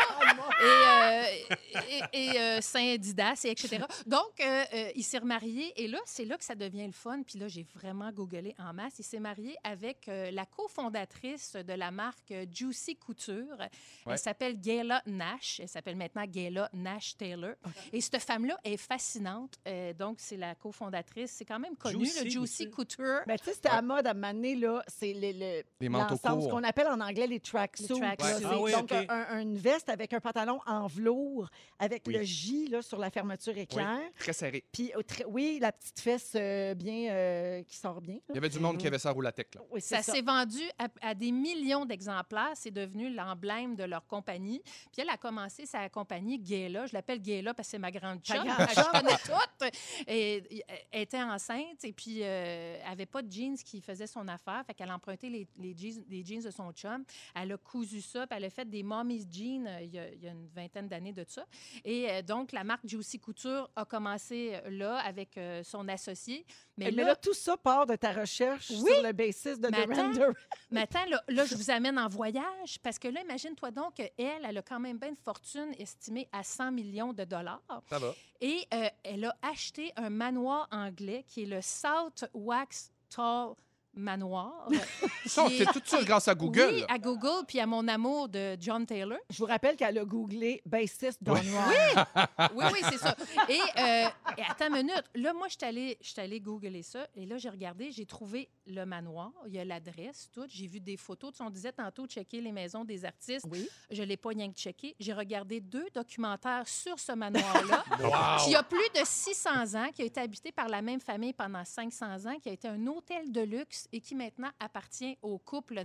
Speaker 3: et, euh, et, et, euh, Saint-Didas, et etc. Donc, euh, euh, il s'est remarié. Et là, c'est là que ça devient le fun. Puis là, j'ai vraiment googlé en masse. Il s'est marié avec euh, la cofondatrice de la marque euh, Juicy Couture.
Speaker 4: Ouais.
Speaker 3: Elle s'appelle Gayla Nash. Elle s'appelle maintenant Gayla Nash Taylor. Et cette femme-là est fascinante. Euh, donc, c'est la cofondatrice. C'est quand même connu,
Speaker 2: Juicy
Speaker 3: le Juicy Couture.
Speaker 1: Ben, tu sais, c'était à mode à Mané, là, c'est le- le-
Speaker 4: Les manteaux
Speaker 1: l'ensemble, ce
Speaker 4: courts.
Speaker 1: qu'on appelle en anglais les tracksuits.
Speaker 3: Les
Speaker 1: là.
Speaker 3: tracksuits.
Speaker 1: C'est
Speaker 2: Ah oui,
Speaker 1: donc
Speaker 2: ok.
Speaker 1: un- un- une veste avec un pantalon en velours, avec
Speaker 4: Oui.
Speaker 1: le J là, sur la fermeture éclair.
Speaker 4: Très serré.
Speaker 1: Puis, au tra- oui, la petite fesse euh, bien euh, qui sort bien. là.
Speaker 4: Il y avait du monde
Speaker 1: Mm-hmm.
Speaker 4: qui avait ça à roulatec, là.
Speaker 1: Oui,
Speaker 3: Ça
Speaker 1: c'est ça.
Speaker 3: s'est vendu à, à des millions d'exemplaires. C'est devenu l'emblème de leur compagnie. Puis elle a commencé sa compagnie Gayla. Je l'appelle Gayla parce que c'est ma grande
Speaker 1: Ta
Speaker 3: chum.
Speaker 1: grande
Speaker 3: Je connais toutes. Et, et- elle était enceinte et puis euh, elle avait pas de jeans qui faisaient son affaire. Fait qu'elle empruntait les, les jeans, les jeans de son chum. Elle a cousu ça. Puis elle a fait des mommy's jeans euh, il y a, il y a une vingtaine d'années de ça. Et euh, donc, la marque Juicy Couture a commencé euh, là avec euh, son associé.
Speaker 1: Mais, là, tout ça part de ta recherche
Speaker 3: Oui.
Speaker 1: sur le basis de
Speaker 3: Mais
Speaker 1: Duran
Speaker 3: attends.
Speaker 1: Duran.
Speaker 3: Mais attends, là, là, je vous amène en voyage parce que là, imagine-toi donc qu'elle, elle a quand même bien une fortune estimée à 100 millions de dollars.
Speaker 4: Ça va.
Speaker 3: Et euh, elle a acheté un manoir anglais qui est le South Wax Tall Manoir.
Speaker 4: *laughs* Ça, on
Speaker 3: Qui
Speaker 4: fait
Speaker 3: est-
Speaker 4: tout ça grâce à Google.
Speaker 3: Oui,
Speaker 1: ah.
Speaker 4: là.
Speaker 3: à Google, puis à mon amour de John Taylor.
Speaker 1: Je vous rappelle qu'elle a googlé bassiste Don Noir.
Speaker 3: Oui, oui, c'est ça. Et, euh, et attends une minute. Là, moi, je suis allée, je suis allée googler ça. Et là, j'ai regardé, j'ai trouvé le manoir. Il y a l'adresse, tout. J'ai vu des photos. Tu sais, on disait tantôt checker les maisons des artistes.
Speaker 1: Oui.
Speaker 3: Je l'ai pas rien que checké. J'ai regardé deux documentaires sur ce
Speaker 2: *laughs*
Speaker 3: manoir-là,
Speaker 4: Wow.
Speaker 3: qui a plus de 600 ans, qui a été habité par la même famille pendant 500 ans, qui a été un hôtel de luxe et qui maintenant appartient au couple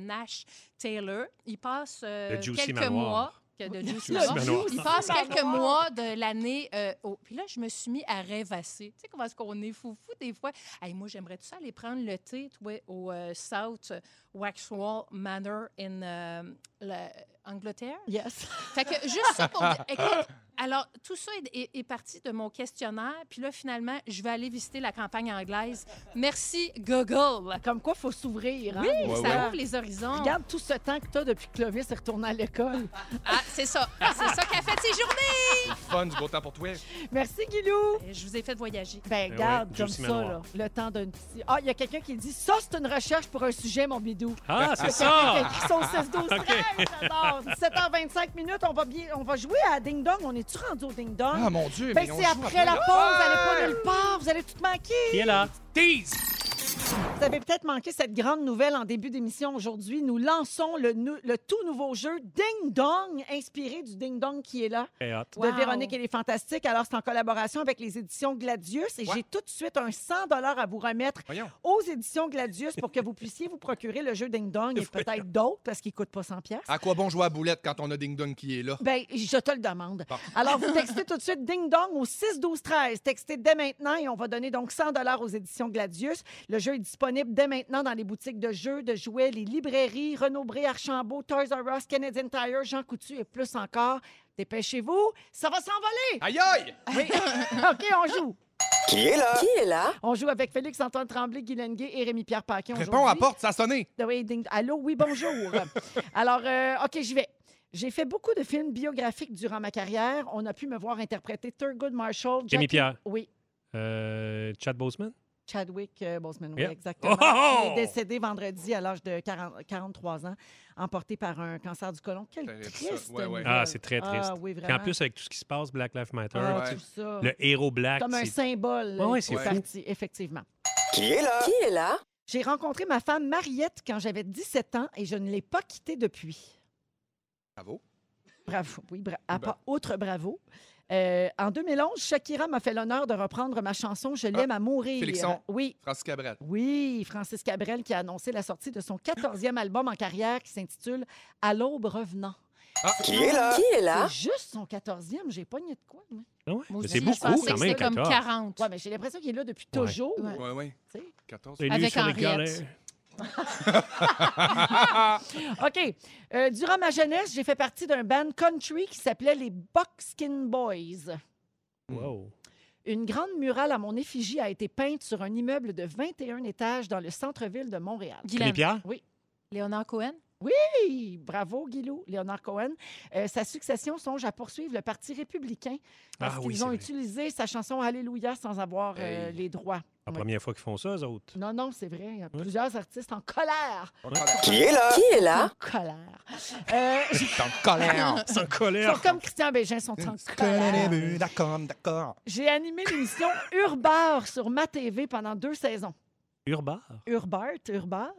Speaker 3: Nash-Taylor. Ils passent euh,
Speaker 2: Le Juicy
Speaker 3: quelques
Speaker 2: Manoir.
Speaker 3: mois. que- de Juicy
Speaker 2: Le
Speaker 3: Manoir.
Speaker 1: Oh,
Speaker 2: Manoir.
Speaker 3: Il passe quelques mois de l'année euh, au. Puis là, je me suis mis à rêvasser. Tu sais comment est-ce qu'on est fou fou des fois? Hey, moi, j'aimerais tout ça aller prendre le thé, toi, au euh, South Waxwall Manor in euh, la- Angleterre.
Speaker 1: Yes.
Speaker 3: Fait que juste ça pour dire- écoute, alors, tout ça est, est- est parti de mon questionnaire. Puis là, finalement, je vais aller visiter la campagne anglaise. Merci, Google.
Speaker 1: Comme quoi, il faut s'ouvrir. hein?
Speaker 3: ça
Speaker 4: ouais.
Speaker 3: ouvre les horizons.
Speaker 1: Regarde tout ce temps que tu as depuis que Clovis est retourné à l'école.
Speaker 3: Ah, c'est ça. C'est ça qui a fait ces journées.
Speaker 4: Fun, du beau temps pour toi.
Speaker 1: Merci, Guilou.
Speaker 3: Je vous ai fait voyager.
Speaker 1: Ben,
Speaker 2: Eh
Speaker 1: garde
Speaker 2: ouais,
Speaker 1: comme
Speaker 2: Josie
Speaker 1: ça, là,
Speaker 2: Manoir.
Speaker 1: le temps d'un petit. Ah, il y a quelqu'un qui dit Ça, c'est une recherche pour un sujet, mon bidou.
Speaker 2: Ah, c'est
Speaker 1: Quelqu'un
Speaker 2: ça!
Speaker 1: qui sont 16,
Speaker 2: *laughs*
Speaker 1: 12, 13, j'adore. 17h25 minutes, on va, bien, on va jouer à Ding Dong. On est-tu rendu au Ding Dong?
Speaker 4: Ah, mon Dieu.
Speaker 1: ben,
Speaker 4: mais on
Speaker 1: c'est
Speaker 4: joue Ah!
Speaker 1: après la pause, vous allez pas nulle part, vous allez tout manquer.
Speaker 2: Qui est là?
Speaker 4: Tease!
Speaker 1: Vous avez peut-être manqué cette grande nouvelle en début d'émission aujourd'hui. Nous lançons le, nou- le tout nouveau jeu Ding Dong, inspiré du Ding Dong qui est là.
Speaker 2: Très hot.
Speaker 1: de Véronique et les Fantastiques. Alors, c'est en collaboration avec les éditions Gladius et
Speaker 4: Ouais.
Speaker 1: j'ai tout de suite un 100 à vous remettre
Speaker 4: Voyons.
Speaker 1: aux éditions Gladius pour que vous puissiez vous procurer le jeu Ding Dong
Speaker 4: *laughs*
Speaker 1: et peut-être d'autres parce qu'il ne coûte pas 100 pièces.
Speaker 4: À quoi bon jouer à boulette quand on a Ding Dong qui est là?
Speaker 1: Ben, je te le demande.
Speaker 4: Bon.
Speaker 1: Alors, vous textez tout de suite Ding Dong au 6 12 13. Textez dès maintenant et on va donner donc 100 dollars aux éditions Gladius. Le jeu est disponible dès maintenant dans les boutiques de jeux, de jouets, les librairies, Renaud Bré, Archambault, Toys R Us, Canadian Tire, Jean Coutu et plus encore. Dépêchez-vous, ça va s'envoler.
Speaker 4: Aïe aïe!
Speaker 1: Oui. *laughs* OK, on joue.
Speaker 10: Qui est là?
Speaker 11: Qui est là?
Speaker 1: On joue avec Félix Antoine Tremblay, Guy Lenguet et Rémi Pierre Paquin.
Speaker 4: Réponds à
Speaker 1: aujourd'hui.
Speaker 4: porte, ça a sonné.
Speaker 1: Ah oui, ding- Allô, oui, bonjour.
Speaker 2: *laughs*
Speaker 1: Alors, euh, OK, j'y vais. J'ai fait beaucoup de films biographiques durant ma carrière. On a pu me voir interpréter Thurgood Marshall.
Speaker 2: Jimmy
Speaker 1: Jackie-
Speaker 2: Pierre.
Speaker 1: Oui,
Speaker 2: Euh, Chad Boseman?
Speaker 1: Chadwick euh, Boseman, oui,
Speaker 2: Yeah.
Speaker 1: exactement.
Speaker 2: Oh, oh, oh!
Speaker 1: Il est décédé vendredi à l'âge de 40 43 ans, emporté par un cancer du côlon. Quel
Speaker 4: Terrible, ça.
Speaker 1: triste
Speaker 4: Ouais, ouais.
Speaker 1: nouvelle.
Speaker 2: Ah, c'est très triste.
Speaker 1: Ah oui,
Speaker 2: Puis
Speaker 1: vraiment.
Speaker 2: en plus, avec tout ce qui se passe, Black Lives Matter,
Speaker 1: Ah,
Speaker 4: ouais.
Speaker 1: tout ça.
Speaker 2: le héros black,
Speaker 1: Comme un
Speaker 2: c'est
Speaker 1: symbole.
Speaker 2: Ouais, ouais,
Speaker 1: qui
Speaker 2: c'est
Speaker 1: est
Speaker 4: fou.
Speaker 1: parti, effectivement.
Speaker 10: Qui est là?
Speaker 11: Qui est là?
Speaker 1: J'ai rencontré ma femme Mariette quand j'avais 17 ans et je ne l'ai pas quittée depuis.
Speaker 4: Bravo.
Speaker 1: Bravo. Oui, bra- à
Speaker 4: Ben.
Speaker 1: part- autre bravo. Euh, en 2011, Shakira m'a fait l'honneur de reprendre ma chanson Je l'aime à mourir.
Speaker 4: Félixon.
Speaker 1: Oui.
Speaker 4: Francis Cabrel.
Speaker 1: Oui, Francis Cabrel qui a annoncé la sortie de son 14e album en carrière qui s'intitule À l'aube revenant.
Speaker 4: Ah!
Speaker 6: Qui est là?
Speaker 12: Qui est là?
Speaker 1: C'est juste son 14e. J'ai pogné de quoi, moi.
Speaker 2: Ah ouais?
Speaker 3: Moi
Speaker 2: Mais
Speaker 3: aussi,
Speaker 2: C'est
Speaker 3: je
Speaker 2: beaucoup
Speaker 3: pensais
Speaker 2: quand
Speaker 3: que
Speaker 2: même,
Speaker 3: c'était comme
Speaker 2: 14.
Speaker 3: 40.
Speaker 1: Ouais, mais j'ai l'impression qu'il est là depuis toujours.
Speaker 3: Ouais.
Speaker 4: Oui, oui.
Speaker 1: Tu sais.
Speaker 4: 14.
Speaker 2: Élu
Speaker 3: Avec
Speaker 2: sur les
Speaker 3: Henriette.
Speaker 2: galères.
Speaker 4: Ah!
Speaker 1: Ah! OK. Euh, durant ma jeunesse, j'ai fait partie d'un band country qui s'appelait les Buckskin Boys.
Speaker 2: Wow.
Speaker 1: Une grande murale à mon effigie a été peinte sur un immeuble de 21 étages dans le centre-ville de Montréal.
Speaker 3: Guylaine.
Speaker 2: pierres?
Speaker 3: Léonard Cohen?
Speaker 1: Hey, bravo, Guilou, Léonard Cohen. Euh, sa succession songe à poursuivre le Parti républicain parce
Speaker 2: Ah
Speaker 1: qu'ils
Speaker 2: oui, c'est
Speaker 1: ont
Speaker 2: vrai.
Speaker 1: utilisé sa chanson Alléluia sans avoir euh,
Speaker 4: Hey.
Speaker 1: les droits.
Speaker 2: La
Speaker 1: Ouais.
Speaker 2: première fois qu'ils font ça, eux
Speaker 1: *laughs*
Speaker 2: autres.
Speaker 1: Non, non, c'est vrai. Il y a plusieurs artistes en colère.
Speaker 6: Qui est là?
Speaker 12: Qui est là?
Speaker 1: En colère.
Speaker 2: *laughs*
Speaker 1: Euh, *laughs*
Speaker 4: T'es en colère.
Speaker 2: Sans
Speaker 1: ils
Speaker 2: colère.
Speaker 1: sont comme Christian Bégin, ils sont en colère.
Speaker 4: D'accord, d'accord.
Speaker 1: J'ai animé l'émission *laughs* Urbar sur ma TV pendant deux saisons.
Speaker 2: Urbar.
Speaker 1: Urbart, Urbar.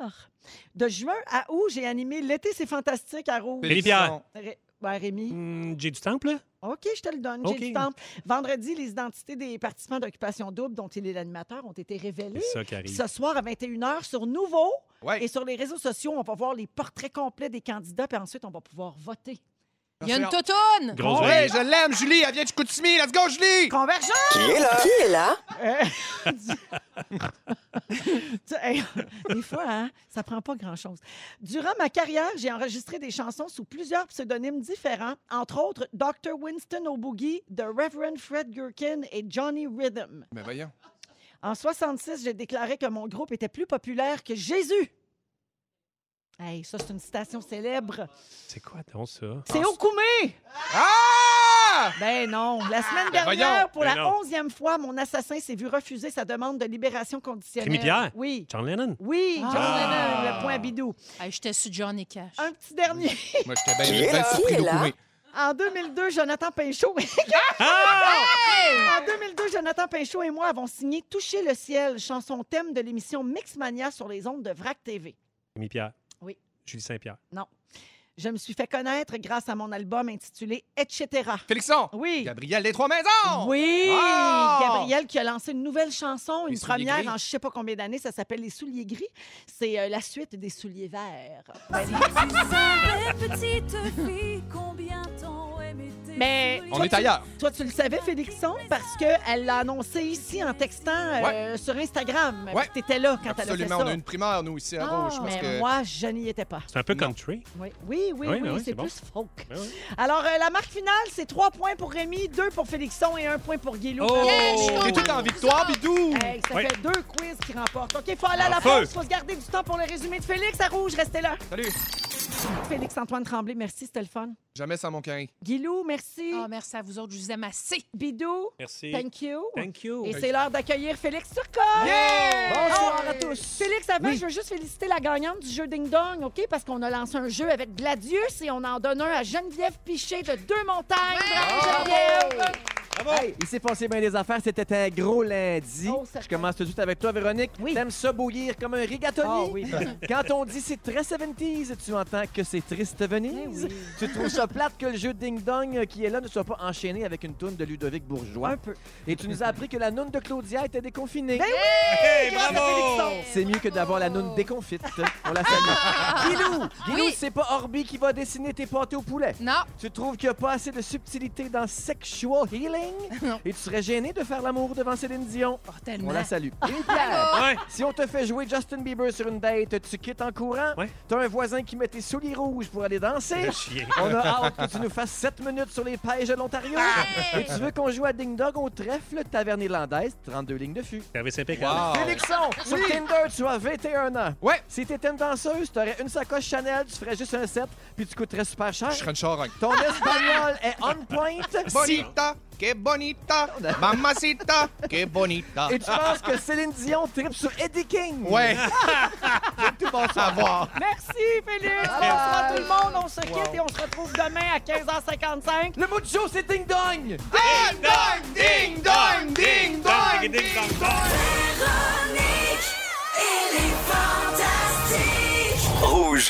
Speaker 1: De juin à août, j'ai animé L'été, c'est fantastique à Rouge.
Speaker 2: Billy Pierre.
Speaker 1: Ré- ouais, Rémi.
Speaker 2: Hmm, J'ai du temple, là?
Speaker 1: OK, je te le donne. J'ai
Speaker 2: OK.
Speaker 1: du temps. Vendredi, les identités des participants d'Occupation Double, dont il est l'animateur, ont été
Speaker 2: C'est
Speaker 1: révélées.
Speaker 2: ça qui
Speaker 1: Puis
Speaker 2: arrive.
Speaker 1: Ce soir à 21h sur Nouveau
Speaker 4: Ouais.
Speaker 1: et sur les réseaux sociaux, on va voir les portraits complets des candidats, puis ensuite, on va pouvoir voter.
Speaker 3: Il y a une
Speaker 4: Parfait.
Speaker 3: totoune!
Speaker 2: Grosse
Speaker 4: Ouais,
Speaker 2: oreille.
Speaker 4: je l'aime, Julie. Elle vient du Koutimi. Let's go, Julie.
Speaker 1: Convergence!
Speaker 6: Qui est là?
Speaker 12: Qui est là?
Speaker 1: *laughs* Tu- Euh, *laughs* hey, des fois, hein, ça prend pas grand-chose. Durant ma carrière, j'ai enregistré des chansons sous plusieurs pseudonymes différents, entre autres Dr. Winston O'Boogie, The Reverend Fred Gherkin et Johnny Rhythm.
Speaker 4: Mais voyons.
Speaker 1: En 66, j'ai déclaré que mon groupe était plus populaire que Jésus. Hey, ça, c'est une citation célèbre.
Speaker 2: C'est quoi, donc, ça?
Speaker 1: C'est Okoumé!
Speaker 4: Ah!
Speaker 1: Ben non. La semaine
Speaker 4: Ben
Speaker 1: dernière,
Speaker 4: voyons.
Speaker 1: pour
Speaker 2: Ben
Speaker 1: la
Speaker 2: non.
Speaker 1: onzième fois, mon assassin s'est vu refuser sa demande de libération conditionnelle.
Speaker 2: Rémi Pierre?
Speaker 1: Oui.
Speaker 2: John Lennon.
Speaker 1: Oui, John
Speaker 2: Ah.
Speaker 1: Lennon, le point bidou.
Speaker 3: Hey, Ah, J'étais sur Johnny Cash.
Speaker 1: Un petit dernier.
Speaker 4: Moi, j'étais
Speaker 6: Qui est
Speaker 4: bien ben
Speaker 6: là?
Speaker 4: surpris
Speaker 12: Qui est là?
Speaker 4: d'Okoumé.
Speaker 1: En 2002, Jonathan Pinchot. *laughs*
Speaker 2: Ah!
Speaker 1: En 2002, Jonathan Pinchot et moi avons signé Toucher le ciel, chanson thème de l'émission Mixmania sur les ondes de Vrac TV.
Speaker 2: Rémi Pierre.
Speaker 1: Oui.
Speaker 2: Julie Saint-Pierre.
Speaker 1: Je me suis fait connaître grâce à mon album intitulé Etc.
Speaker 4: Félixon.
Speaker 1: Oui.
Speaker 4: Gabriel des Trois Maisons.
Speaker 1: Oui,
Speaker 4: Ah!
Speaker 1: Gabriel qui a lancé une nouvelle chanson,
Speaker 4: Les
Speaker 1: une
Speaker 4: souliers
Speaker 1: première
Speaker 4: gris.
Speaker 1: en je ne sais pas combien d'années, ça s'appelle Les souliers gris. C'est euh, la suite des souliers verts. Mais
Speaker 4: On est ailleurs.
Speaker 1: toi, tu le savais, Félixon, parce qu'elle l'a annoncé ici en textant euh, sur Instagram.
Speaker 4: Ouais.
Speaker 1: Tu étais là quand elle
Speaker 4: Absolument.
Speaker 1: a fait
Speaker 4: On
Speaker 1: ça. Ah,
Speaker 4: a une primeur, nous, ici, à Rouge. Parce
Speaker 1: Mais
Speaker 4: que...
Speaker 1: moi, je n'y étais pas.
Speaker 2: C'est un peu
Speaker 4: Non.
Speaker 2: country.
Speaker 1: Oui, oui,
Speaker 2: Oui,
Speaker 1: oui, oui,
Speaker 2: oui,
Speaker 1: c'est
Speaker 2: c'est bon.
Speaker 1: plus folk.
Speaker 2: Ouais, ouais.
Speaker 1: Alors, euh, la marque finale, c'est trois points pour Rémi, deux pour Félixon et un point pour Guilou.
Speaker 2: Oh!
Speaker 3: Yeah, je suis
Speaker 4: T'es tout en victoire, Bidou.
Speaker 1: Hey, ça
Speaker 2: Oui.
Speaker 1: fait deux quiz qui remportent. OK, faut aller à
Speaker 2: En
Speaker 1: la
Speaker 2: feu.
Speaker 1: pause. Faut se garder du temps pour le résumé de Félix à Rouge. Restez là.
Speaker 4: Salut.
Speaker 1: Félix-Antoine Tremblay, merci, c'était le fun.
Speaker 4: Jamais sans mon carré.
Speaker 1: Guilou, merci.
Speaker 3: Ah, merci à vous autres, je vous aime assez.
Speaker 1: Bidou,
Speaker 2: Merci.
Speaker 1: thank you.
Speaker 2: Thank you.
Speaker 1: Et c'est l'heure d'accueillir Félix Turcot. Bonsoir à tous. Félix, avant, je veux juste féliciter la gagnante du jeu Ding Dong, OK? Parce qu'on a lancé un jeu avec Gladius et on en donne un à Geneviève Piché de Deux-Montagnes. Bravo, Geneviève!
Speaker 13: Hey, il s'est passé bien des affaires, c'était un gros lundi.
Speaker 1: Oh, certain.
Speaker 13: Je commence tout de suite avec toi, Véronique.
Speaker 1: Oui.
Speaker 13: T'aimes ça bouillir comme un rigatoni?
Speaker 1: Ah oui.
Speaker 13: *laughs* Quand on dit c'est très 70s, tu entends que c'est triste Venise.
Speaker 1: Eh
Speaker 13: Tu trouves ça plate que le jeu Ding Dong euh, qui est là ne soit pas enchaîné avec une toune de Ludovic Bourgeois.
Speaker 1: Un peu.
Speaker 13: Et tu nous as appris que la noune de Claudia était déconfinée.
Speaker 1: Ben Oh!
Speaker 2: Hey,
Speaker 1: Grâce à
Speaker 2: bravo!
Speaker 1: Félixon.
Speaker 13: C'est mieux que d'avoir la noune déconfite. On la
Speaker 1: *laughs*
Speaker 13: salue. Guilou, Guilou,
Speaker 3: Oui.
Speaker 13: c'est pas Orbi qui va dessiner tes pâtés au poulet.
Speaker 3: Non,
Speaker 13: Tu trouves qu'il n'y a pas assez de subtilité dans Sexual Healing? Et tu serais gêné de faire l'amour devant Céline Dion?
Speaker 3: oh, tellement.
Speaker 13: On la salue. Une pierre.
Speaker 2: Ouais.
Speaker 13: Si on te fait jouer Justin Bieber sur une date, tu quittes en courant?
Speaker 2: Ouais.
Speaker 13: T'as un voisin qui met tes souliers rouges pour aller danser?
Speaker 2: Le chien.
Speaker 13: On a hâte que tu nous fasses 7 minutes sur les pêches de l'Ontario. Et tu veux qu'on joue à Ding Dog au trèfle taverne irlandaise, 32 lignes de fût.
Speaker 2: Service impeccable.
Speaker 4: Wow.
Speaker 13: Félixon, sur Tinder, tu as 21 ans.
Speaker 4: Ouais.
Speaker 13: Si t'étais une danseuse, t'aurais une sacoche Chanel, tu ferais juste un set, puis tu coûterais super cher.
Speaker 4: Je serais une charogne.
Speaker 13: Ton espagnol est on point.
Speaker 4: Bonita, que bonita, mamacita, que bonita.
Speaker 13: Et tu penses que Céline Dion tripe sur Eddie King?
Speaker 1: *laughs*
Speaker 4: Ouais. tout bon savoir.
Speaker 1: Merci, Félix.
Speaker 13: Bye.
Speaker 1: Bonsoir tout le monde. On se quitte et on se retrouve demain à 15h55.
Speaker 13: Le mot du jour, c'est Ding Dong!
Speaker 4: Ding dong, ding dong, ding dong, ding dong.
Speaker 12: Véronique, elle est fantastique!
Speaker 6: Rouge.